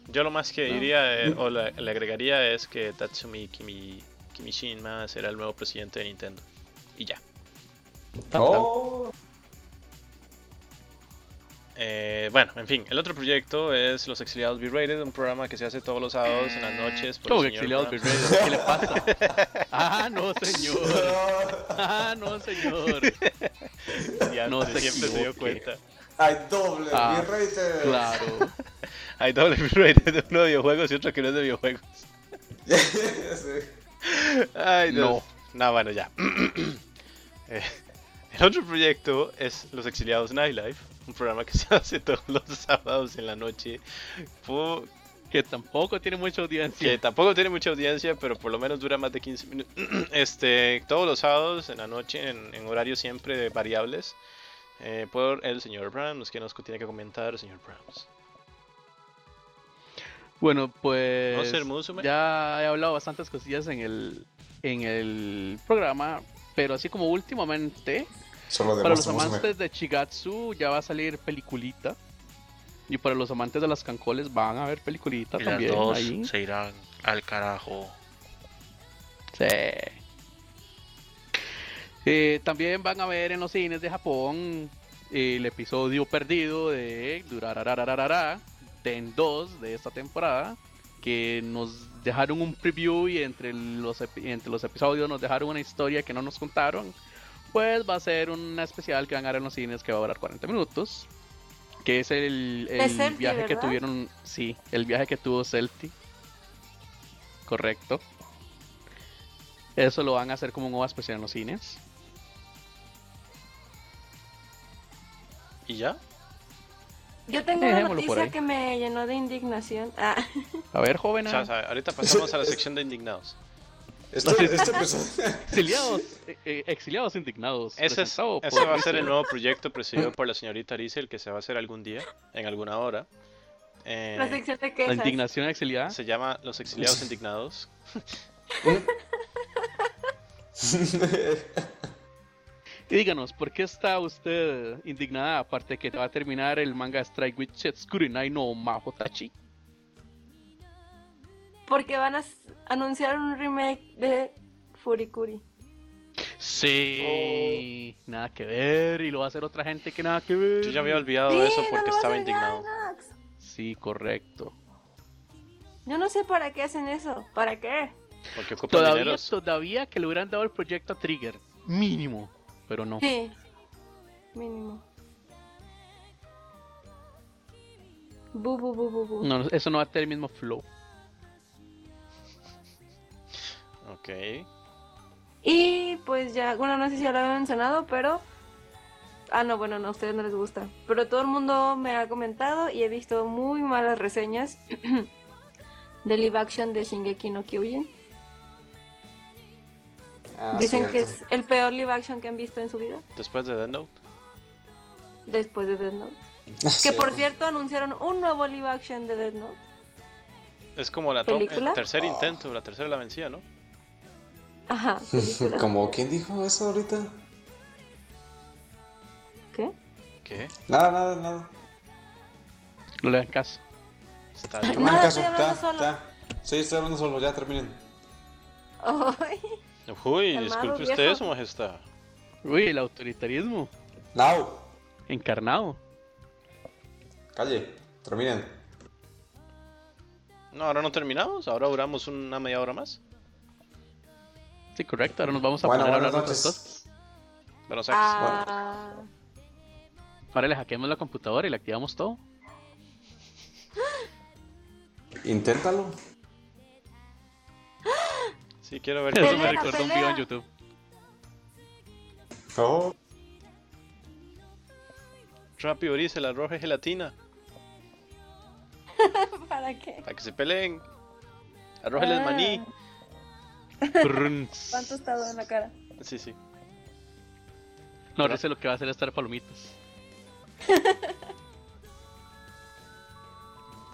Speaker 2: Yo lo más que diría eh, o la- le agregaría es que Tatsumi Kimi, Kimishima será el nuevo presidente de Nintendo. Y ya.
Speaker 3: Tan,
Speaker 5: Oh,
Speaker 2: Eh, bueno, en fin, el otro proyecto es Los Exiliados B-Rated, un programa que se hace todos los sábados en las noches.
Speaker 3: tan.
Speaker 2: Por
Speaker 3: Como
Speaker 2: el
Speaker 3: que
Speaker 2: señor
Speaker 3: Mm.
Speaker 2: Brams.
Speaker 3: exiliados virreyes, ¿Qué le pasa? Ah, no, señor. Ah, no, señor.
Speaker 2: Ya,
Speaker 3: No
Speaker 2: se-
Speaker 3: se
Speaker 2: siempre se dio
Speaker 3: equivoque.
Speaker 2: cuenta.
Speaker 5: hay doble
Speaker 3: Ah,
Speaker 5: B-rated.
Speaker 3: Claro.
Speaker 2: Hay doble B-Rated, uno de videojuegos y otro que no es de videojuegos.
Speaker 5: Sí.
Speaker 2: Ay, Dios.
Speaker 3: No.
Speaker 2: No, bueno, ya. Eh, el otro proyecto es Los Exiliados Nightlife, un programa que se hace todos los sábados en la noche, fu-
Speaker 3: Que tampoco tiene mucha audiencia.
Speaker 2: que tampoco tiene mucha audiencia, pero por lo menos dura más de 15 minutos. Este, todos los sábados en la noche, en, en horarios siempre de variables, eh, por el señor Brahms, que nos co- tiene que comentar, señor Brahms.
Speaker 3: Bueno, pues.
Speaker 2: ser musume.
Speaker 3: Ya he hablado bastantes cosillas en el, en el programa. Pero así como últimamente,
Speaker 5: Solo de
Speaker 3: para los
Speaker 5: Monster Musume.
Speaker 3: amantes de Chigatsu ya va a salir peliculita. Y para los amantes de las cancoles van a ver peliculita también. ahí.
Speaker 2: se irán al carajo.
Speaker 3: Sí. Eh, también van a ver en los cines de Japón el episodio perdido de Durararararara, Ten 2 de esta temporada, que nos dejaron un preview y entre los, epi- entre los episodios nos dejaron una historia que no nos contaron. Pues va a ser una especial que van a dar en los cines que va a durar 40 minutos. Que es el, el
Speaker 1: Celti,
Speaker 3: viaje que
Speaker 1: ¿verdad?
Speaker 3: tuvieron. Sí, el viaje que tuvo Celti. Correcto. Eso lo van a hacer como un OVA especial en los cines.
Speaker 2: ¿Y ya?
Speaker 1: Yo tengo
Speaker 3: Eh,
Speaker 1: una
Speaker 3: dejémoslo por ahí.
Speaker 1: noticia que me llenó de indignación. Ah,
Speaker 3: A ver, joven. ah.
Speaker 2: O sea, o sea, ahorita pasamos a la sección de indignados.
Speaker 5: Este, este episodio-
Speaker 3: Exiliados, eh, eh, exiliados indignados.
Speaker 2: Ese, es-
Speaker 3: presentado
Speaker 2: ese
Speaker 3: por
Speaker 2: va a ser
Speaker 3: Mr.
Speaker 2: el nuevo proyecto presidido por la señorita Arizel que se va a hacer algún día, en alguna hora. Eh,
Speaker 1: la sección de
Speaker 3: La
Speaker 1: quejas.
Speaker 3: indignación exiliada.
Speaker 2: se llama Los Exiliados Indignados.
Speaker 3: Y díganos, ¿por qué está usted indignada? Aparte que va a terminar el manga Strike with Shetsukurinai no Mahotachi.
Speaker 1: Porque van a s- anunciar un remake de Furikuri.
Speaker 3: Sí. Oh, Nada que ver. Y lo va a hacer otra gente que nada que ver.
Speaker 2: Yo ya había olvidado
Speaker 1: Sí,
Speaker 2: eso
Speaker 1: no
Speaker 2: porque
Speaker 1: lo va a
Speaker 2: estaba
Speaker 1: hacer
Speaker 2: indignado.
Speaker 1: Gainax.
Speaker 3: Sí, correcto.
Speaker 1: Yo no sé para qué hacen eso. ¿Para qué?
Speaker 2: Porque ocupa
Speaker 3: Todavía,
Speaker 2: dineros.
Speaker 3: todavía que le hubieran dado el proyecto a Trigger. Mínimo. Pero no.
Speaker 1: Sí. Mínimo. Bu, bu, bu, bu, bu.
Speaker 3: No, eso no va a tener el mismo flow.
Speaker 2: Ok.
Speaker 1: Y pues ya, bueno, no sé si ya lo había mencionado, pero... Ah, no, bueno, no, a ustedes no les gusta. Pero todo el mundo me ha comentado y he visto muy malas reseñas del live action de Shingeki no Kyojin.
Speaker 5: Ah,
Speaker 1: Dicen que
Speaker 5: cierto.
Speaker 1: es el peor live action que han visto en su vida,
Speaker 2: Después de Death Note.
Speaker 1: después de Death Note.
Speaker 5: Ah,
Speaker 1: Que por
Speaker 5: cierto.
Speaker 1: cierto anunciaron un nuevo live action de Death Note.
Speaker 2: Es como la to- el
Speaker 1: ¿Película?
Speaker 2: tercer
Speaker 3: Ah.
Speaker 2: intento, la tercera la vencía, ¿no?
Speaker 1: Ajá, película.
Speaker 5: Como, ¿quién dijo eso ahorita?
Speaker 1: ¿Qué?
Speaker 2: ¿Qué?
Speaker 5: Nada, nada, nada.
Speaker 3: No le dan caso.
Speaker 2: Está
Speaker 5: No
Speaker 2: bien.
Speaker 5: me hagan
Speaker 1: Nada,
Speaker 5: caso.
Speaker 1: estoy hablando
Speaker 5: Ta,
Speaker 1: sola.
Speaker 5: ta. Sí, estoy hablando solo, ya terminen.
Speaker 1: Ay,
Speaker 2: Uy,
Speaker 1: Calmado,
Speaker 2: disculpe
Speaker 1: viejo.
Speaker 2: usted, su majestad.
Speaker 3: Uy, el autoritarismo
Speaker 5: Now,
Speaker 3: encarnado.
Speaker 5: calle, terminen.
Speaker 2: No, ahora no terminamos, ahora duramos una media hora más.
Speaker 3: Sí, correcto. Ahora nos vamos a
Speaker 5: Bueno,
Speaker 3: poner a
Speaker 5: buenas
Speaker 3: hablar de otras
Speaker 5: noches.
Speaker 3: cosas.
Speaker 2: Bueno, Sax,
Speaker 1: Ah,
Speaker 3: Ahora le hackeamos la computadora y le activamos todo.
Speaker 5: Inténtalo.
Speaker 2: sí quiero ver
Speaker 3: Eso me
Speaker 1: Pelea,
Speaker 3: recordó un video en
Speaker 1: pelea.
Speaker 3: YouTube.
Speaker 5: Oh,
Speaker 2: rápido Ori la roja gelatina
Speaker 1: ¿Para qué?
Speaker 2: para que se peleen. Arrójeles
Speaker 1: Ah,
Speaker 2: maní.
Speaker 3: Prrrn.
Speaker 1: Pan tostado en la cara.
Speaker 2: Sí, sí.
Speaker 3: no, ahora sé lo que va a hacer es estar palomitas.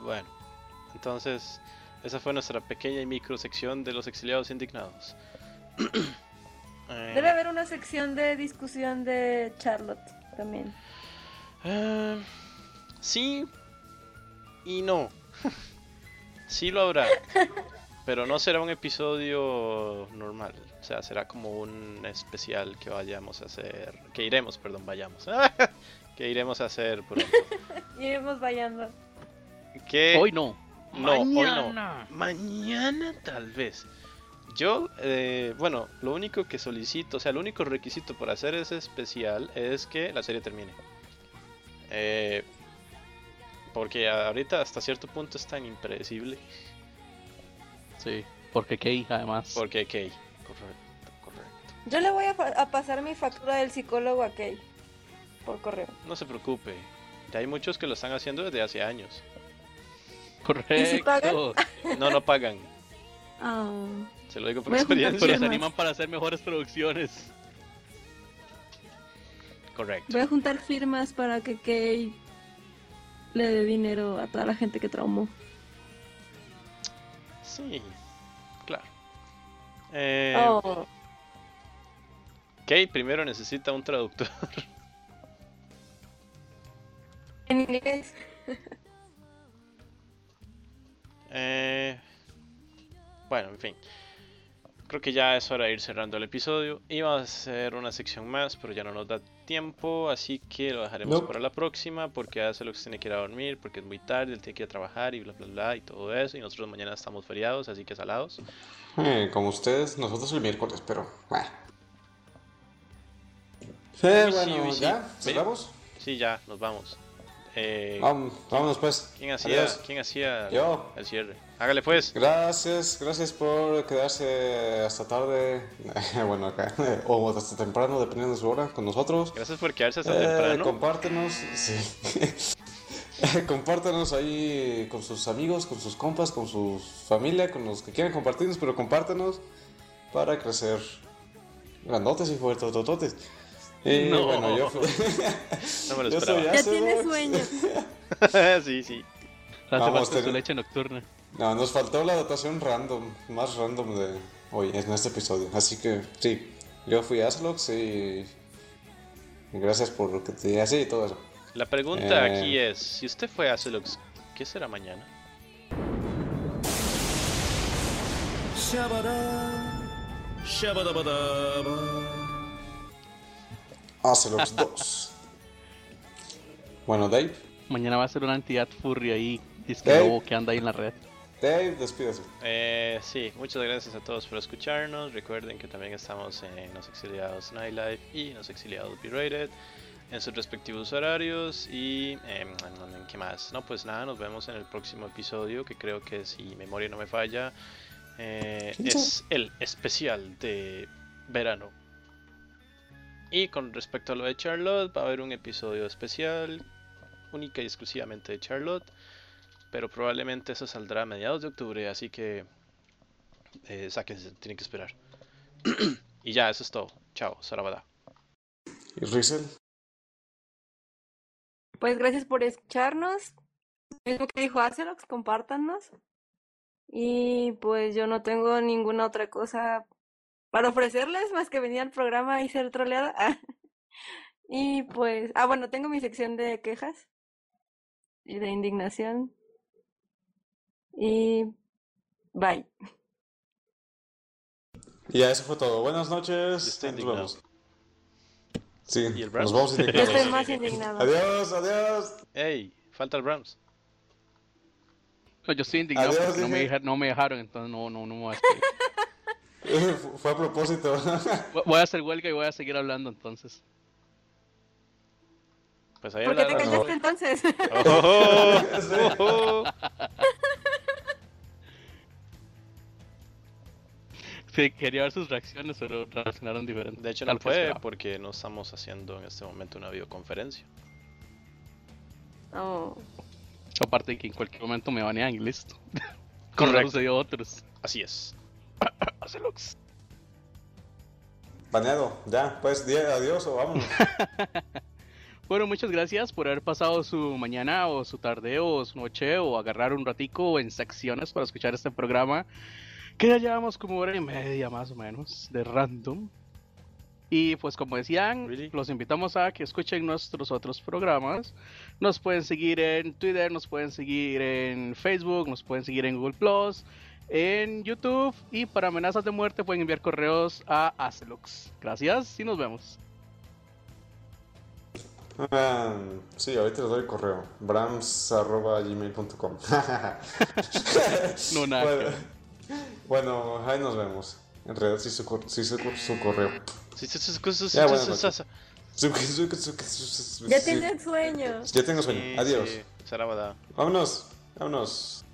Speaker 2: Bueno, entonces esa fue nuestra pequeña y micro sección de los exiliados indignados. Eh,
Speaker 1: Debe haber una sección de discusión de Charlotte también.
Speaker 2: eh, sí y no. sí lo habrá, pero no será un episodio normal. O sea, será como un especial que vayamos a hacer, que iremos, perdón, vayamos, que iremos a hacer pronto.
Speaker 1: Iremos bailando.
Speaker 2: Que
Speaker 3: Hoy no.
Speaker 2: Eh, no, hoy no.
Speaker 3: Mañana.
Speaker 2: Mañana tal vez. Yo, eh, bueno, lo único que solicito, o sea, el único requisito para hacer ese especial es que la serie termine. Eh, porque ahorita hasta cierto punto es tan impredecible.
Speaker 3: Sí, porque Key, además.
Speaker 2: Porque, ok, correcto, correcto.
Speaker 1: Yo le voy a, fa- a pasar mi factura del psicólogo a Kay por correo.
Speaker 2: No se preocupe. Ya hay muchos que lo están haciendo desde hace años.
Speaker 1: ¿Y si pagan?
Speaker 3: Correcto.
Speaker 2: No, no pagan.
Speaker 6: Ah.
Speaker 2: Se lo digo por
Speaker 6: Voy a juntar
Speaker 3: Pero
Speaker 2: experiencia.
Speaker 3: se animan para hacer mejores producciones.
Speaker 2: Correcto.
Speaker 6: Voy a juntar firmas para que Kay le dé dinero a toda la gente que traumó.
Speaker 2: Sí, claro. Eh,
Speaker 1: Oh,
Speaker 2: Kay primero necesita un traductor.
Speaker 1: en inglés.
Speaker 2: Eh, bueno, en fin. Creo que ya es hora de ir cerrando el episodio. Iba a hacer una sección más, pero ya no nos da tiempo, así que lo dejaremos
Speaker 5: No.
Speaker 2: para la próxima, porque hace lo que se tiene que ir a dormir, porque es muy tarde, él tiene que ir a trabajar y bla, bla, bla, y todo eso. Y nosotros mañana estamos feriados, así que salados.
Speaker 5: Eh, como ustedes, nosotros el miércoles, pero bueno. Eh,
Speaker 2: Uy, sí,
Speaker 5: bueno,
Speaker 2: uy, sí.
Speaker 5: ¿ya?
Speaker 2: Sí.
Speaker 5: ¿Cerramos?
Speaker 2: Sí, ya, nos vamos. Eh,
Speaker 5: Vam- Vámonos pues.
Speaker 2: ¿Quién hacía,
Speaker 5: Ah, Adiós.
Speaker 2: ¿quién hacía
Speaker 5: Yo. Eh,
Speaker 2: el cierre? Hágale pues.
Speaker 5: Gracias, gracias por quedarse hasta tarde, bueno acá, o hasta temprano, dependiendo de su hora, con nosotros.
Speaker 2: Gracias por quedarse hasta
Speaker 5: Eh,
Speaker 2: temprano.
Speaker 5: Compártenos, sí. Eh, compártenos ahí con sus amigos, con sus compas, con su familia, con los que quieran compartirnos, pero compártenos para crecer grandotes y fuertotototes. Y
Speaker 3: No.
Speaker 5: bueno, yo, fui-
Speaker 2: No me lo
Speaker 5: yo soy ¿eh?
Speaker 2: esperaba.
Speaker 6: Ya
Speaker 5: Ácido.
Speaker 6: tiene sueño.
Speaker 2: sí, sí.
Speaker 3: Hace
Speaker 5: Vamos,
Speaker 3: falta
Speaker 5: te-
Speaker 3: su leche nocturna.
Speaker 5: No, nos faltó la dotación random, más random de hoy, en este episodio. Así que sí, yo fui Aslox y y gracias por que te diga así y todo eso.
Speaker 2: La pregunta
Speaker 5: Eh.
Speaker 2: aquí es, si usted fue a Celux, ¿qué será mañana?
Speaker 5: Aslox 2. Bueno, Dave,
Speaker 3: Mañana va a ser una entidad furry ahí. Dice
Speaker 5: Ey.
Speaker 3: lobo que anda ahí en la red.
Speaker 5: Dave, despídase.
Speaker 2: Eh, sí, muchas gracias a todos por escucharnos. Recuerden que también estamos en Los Exiliados Nightlife y Los Exiliados B-Rated en sus respectivos horarios. Y em, ¿qué más? No, pues nada, nos vemos en el próximo episodio que creo que si memoria no me falla eh, es el especial de verano. Y con respecto a lo de Charlotte, va a haber un episodio especial única y exclusivamente de Charlotte. Pero probablemente eso saldrá a mediados de octubre, así que eh, sáquense, tienen que esperar. y ya, eso es todo. Chao, Sarabada.
Speaker 5: ¿Y Rizel?
Speaker 1: Pues gracias por escucharnos. Mismo que dijo Acerox, compártanos. Y pues yo no tengo ninguna otra cosa para ofrecerles más que venir al programa y ser troleada. Ah, Y pues, ah, bueno, tengo mi sección de quejas y de indignación. Y bye.
Speaker 5: Y ya eso fue todo. Buenas noches.
Speaker 2: Yo estoy
Speaker 5: nos
Speaker 2: indignado.
Speaker 5: vemos. Sí,
Speaker 2: ¿Y el Brad?
Speaker 5: nos vamos
Speaker 1: Yo estoy
Speaker 5: indignados.
Speaker 1: más indignada.
Speaker 5: adiós, adiós.
Speaker 2: ¡Ey! Falta el Brahms.
Speaker 3: No, yo estoy indignado
Speaker 5: Adiós,
Speaker 3: porque no me,
Speaker 5: dije.
Speaker 3: deja- no me dejaron, entonces no, no, no me voy a despedir.
Speaker 5: Fu- Fue a propósito.
Speaker 3: Voy- Voy a hacer huelga y voy a seguir hablando entonces.
Speaker 2: Pues ahí
Speaker 1: ¿Por qué te
Speaker 2: hablaron.
Speaker 1: callaste entonces?
Speaker 2: ¡Oh!
Speaker 5: Sí.
Speaker 2: ¡Oh!
Speaker 3: Sí, quería ver sus reacciones, pero reaccionaron diferente.
Speaker 2: De hecho
Speaker 3: a
Speaker 2: no
Speaker 3: lo que
Speaker 2: puede
Speaker 3: esperaba.
Speaker 2: porque no estamos haciendo en este momento una videoconferencia.
Speaker 1: Oh,
Speaker 3: Aparte de que en cualquier momento me banean y listo. Como
Speaker 2: Correcto.
Speaker 3: sucedió a otros.
Speaker 2: Así es.
Speaker 3: Hacelox.
Speaker 5: Baneado, ya, pues, di adiós o vámonos.
Speaker 3: Bueno, muchas gracias por haber pasado su mañana o su tarde o su noche o agarrar un ratico en secciones para escuchar este programa que ya llevamos como hora y media más o menos de random. Y pues como decían,
Speaker 2: Really?
Speaker 3: los invitamos a que escuchen nuestros otros programas. Nos pueden seguir en Twitter, nos pueden seguir en Facebook, nos pueden seguir en Google Plus, en YouTube y para amenazas de muerte pueden enviar correos a Acelux. Gracias y nos vemos.
Speaker 5: Ah, sí, ahorita les doy el correo. brams.gmail.com
Speaker 3: No, nada que
Speaker 5: Bueno, bueno, ahí nos vemos. En realidad sí su, cor- sí su, cor- su correo.
Speaker 2: Sí, sí, sí, sí, sí, sí,
Speaker 5: Ya, buenas
Speaker 2: sí, sí,
Speaker 5: noches.
Speaker 2: sí.
Speaker 5: Su- su- su- su- su-
Speaker 6: Ya
Speaker 5: su-
Speaker 6: tienen sueño.
Speaker 5: Ya tengo sueño.
Speaker 2: Sí,
Speaker 5: Adiós.
Speaker 2: sí, Sarabada.
Speaker 5: Vámonos. Vámonos.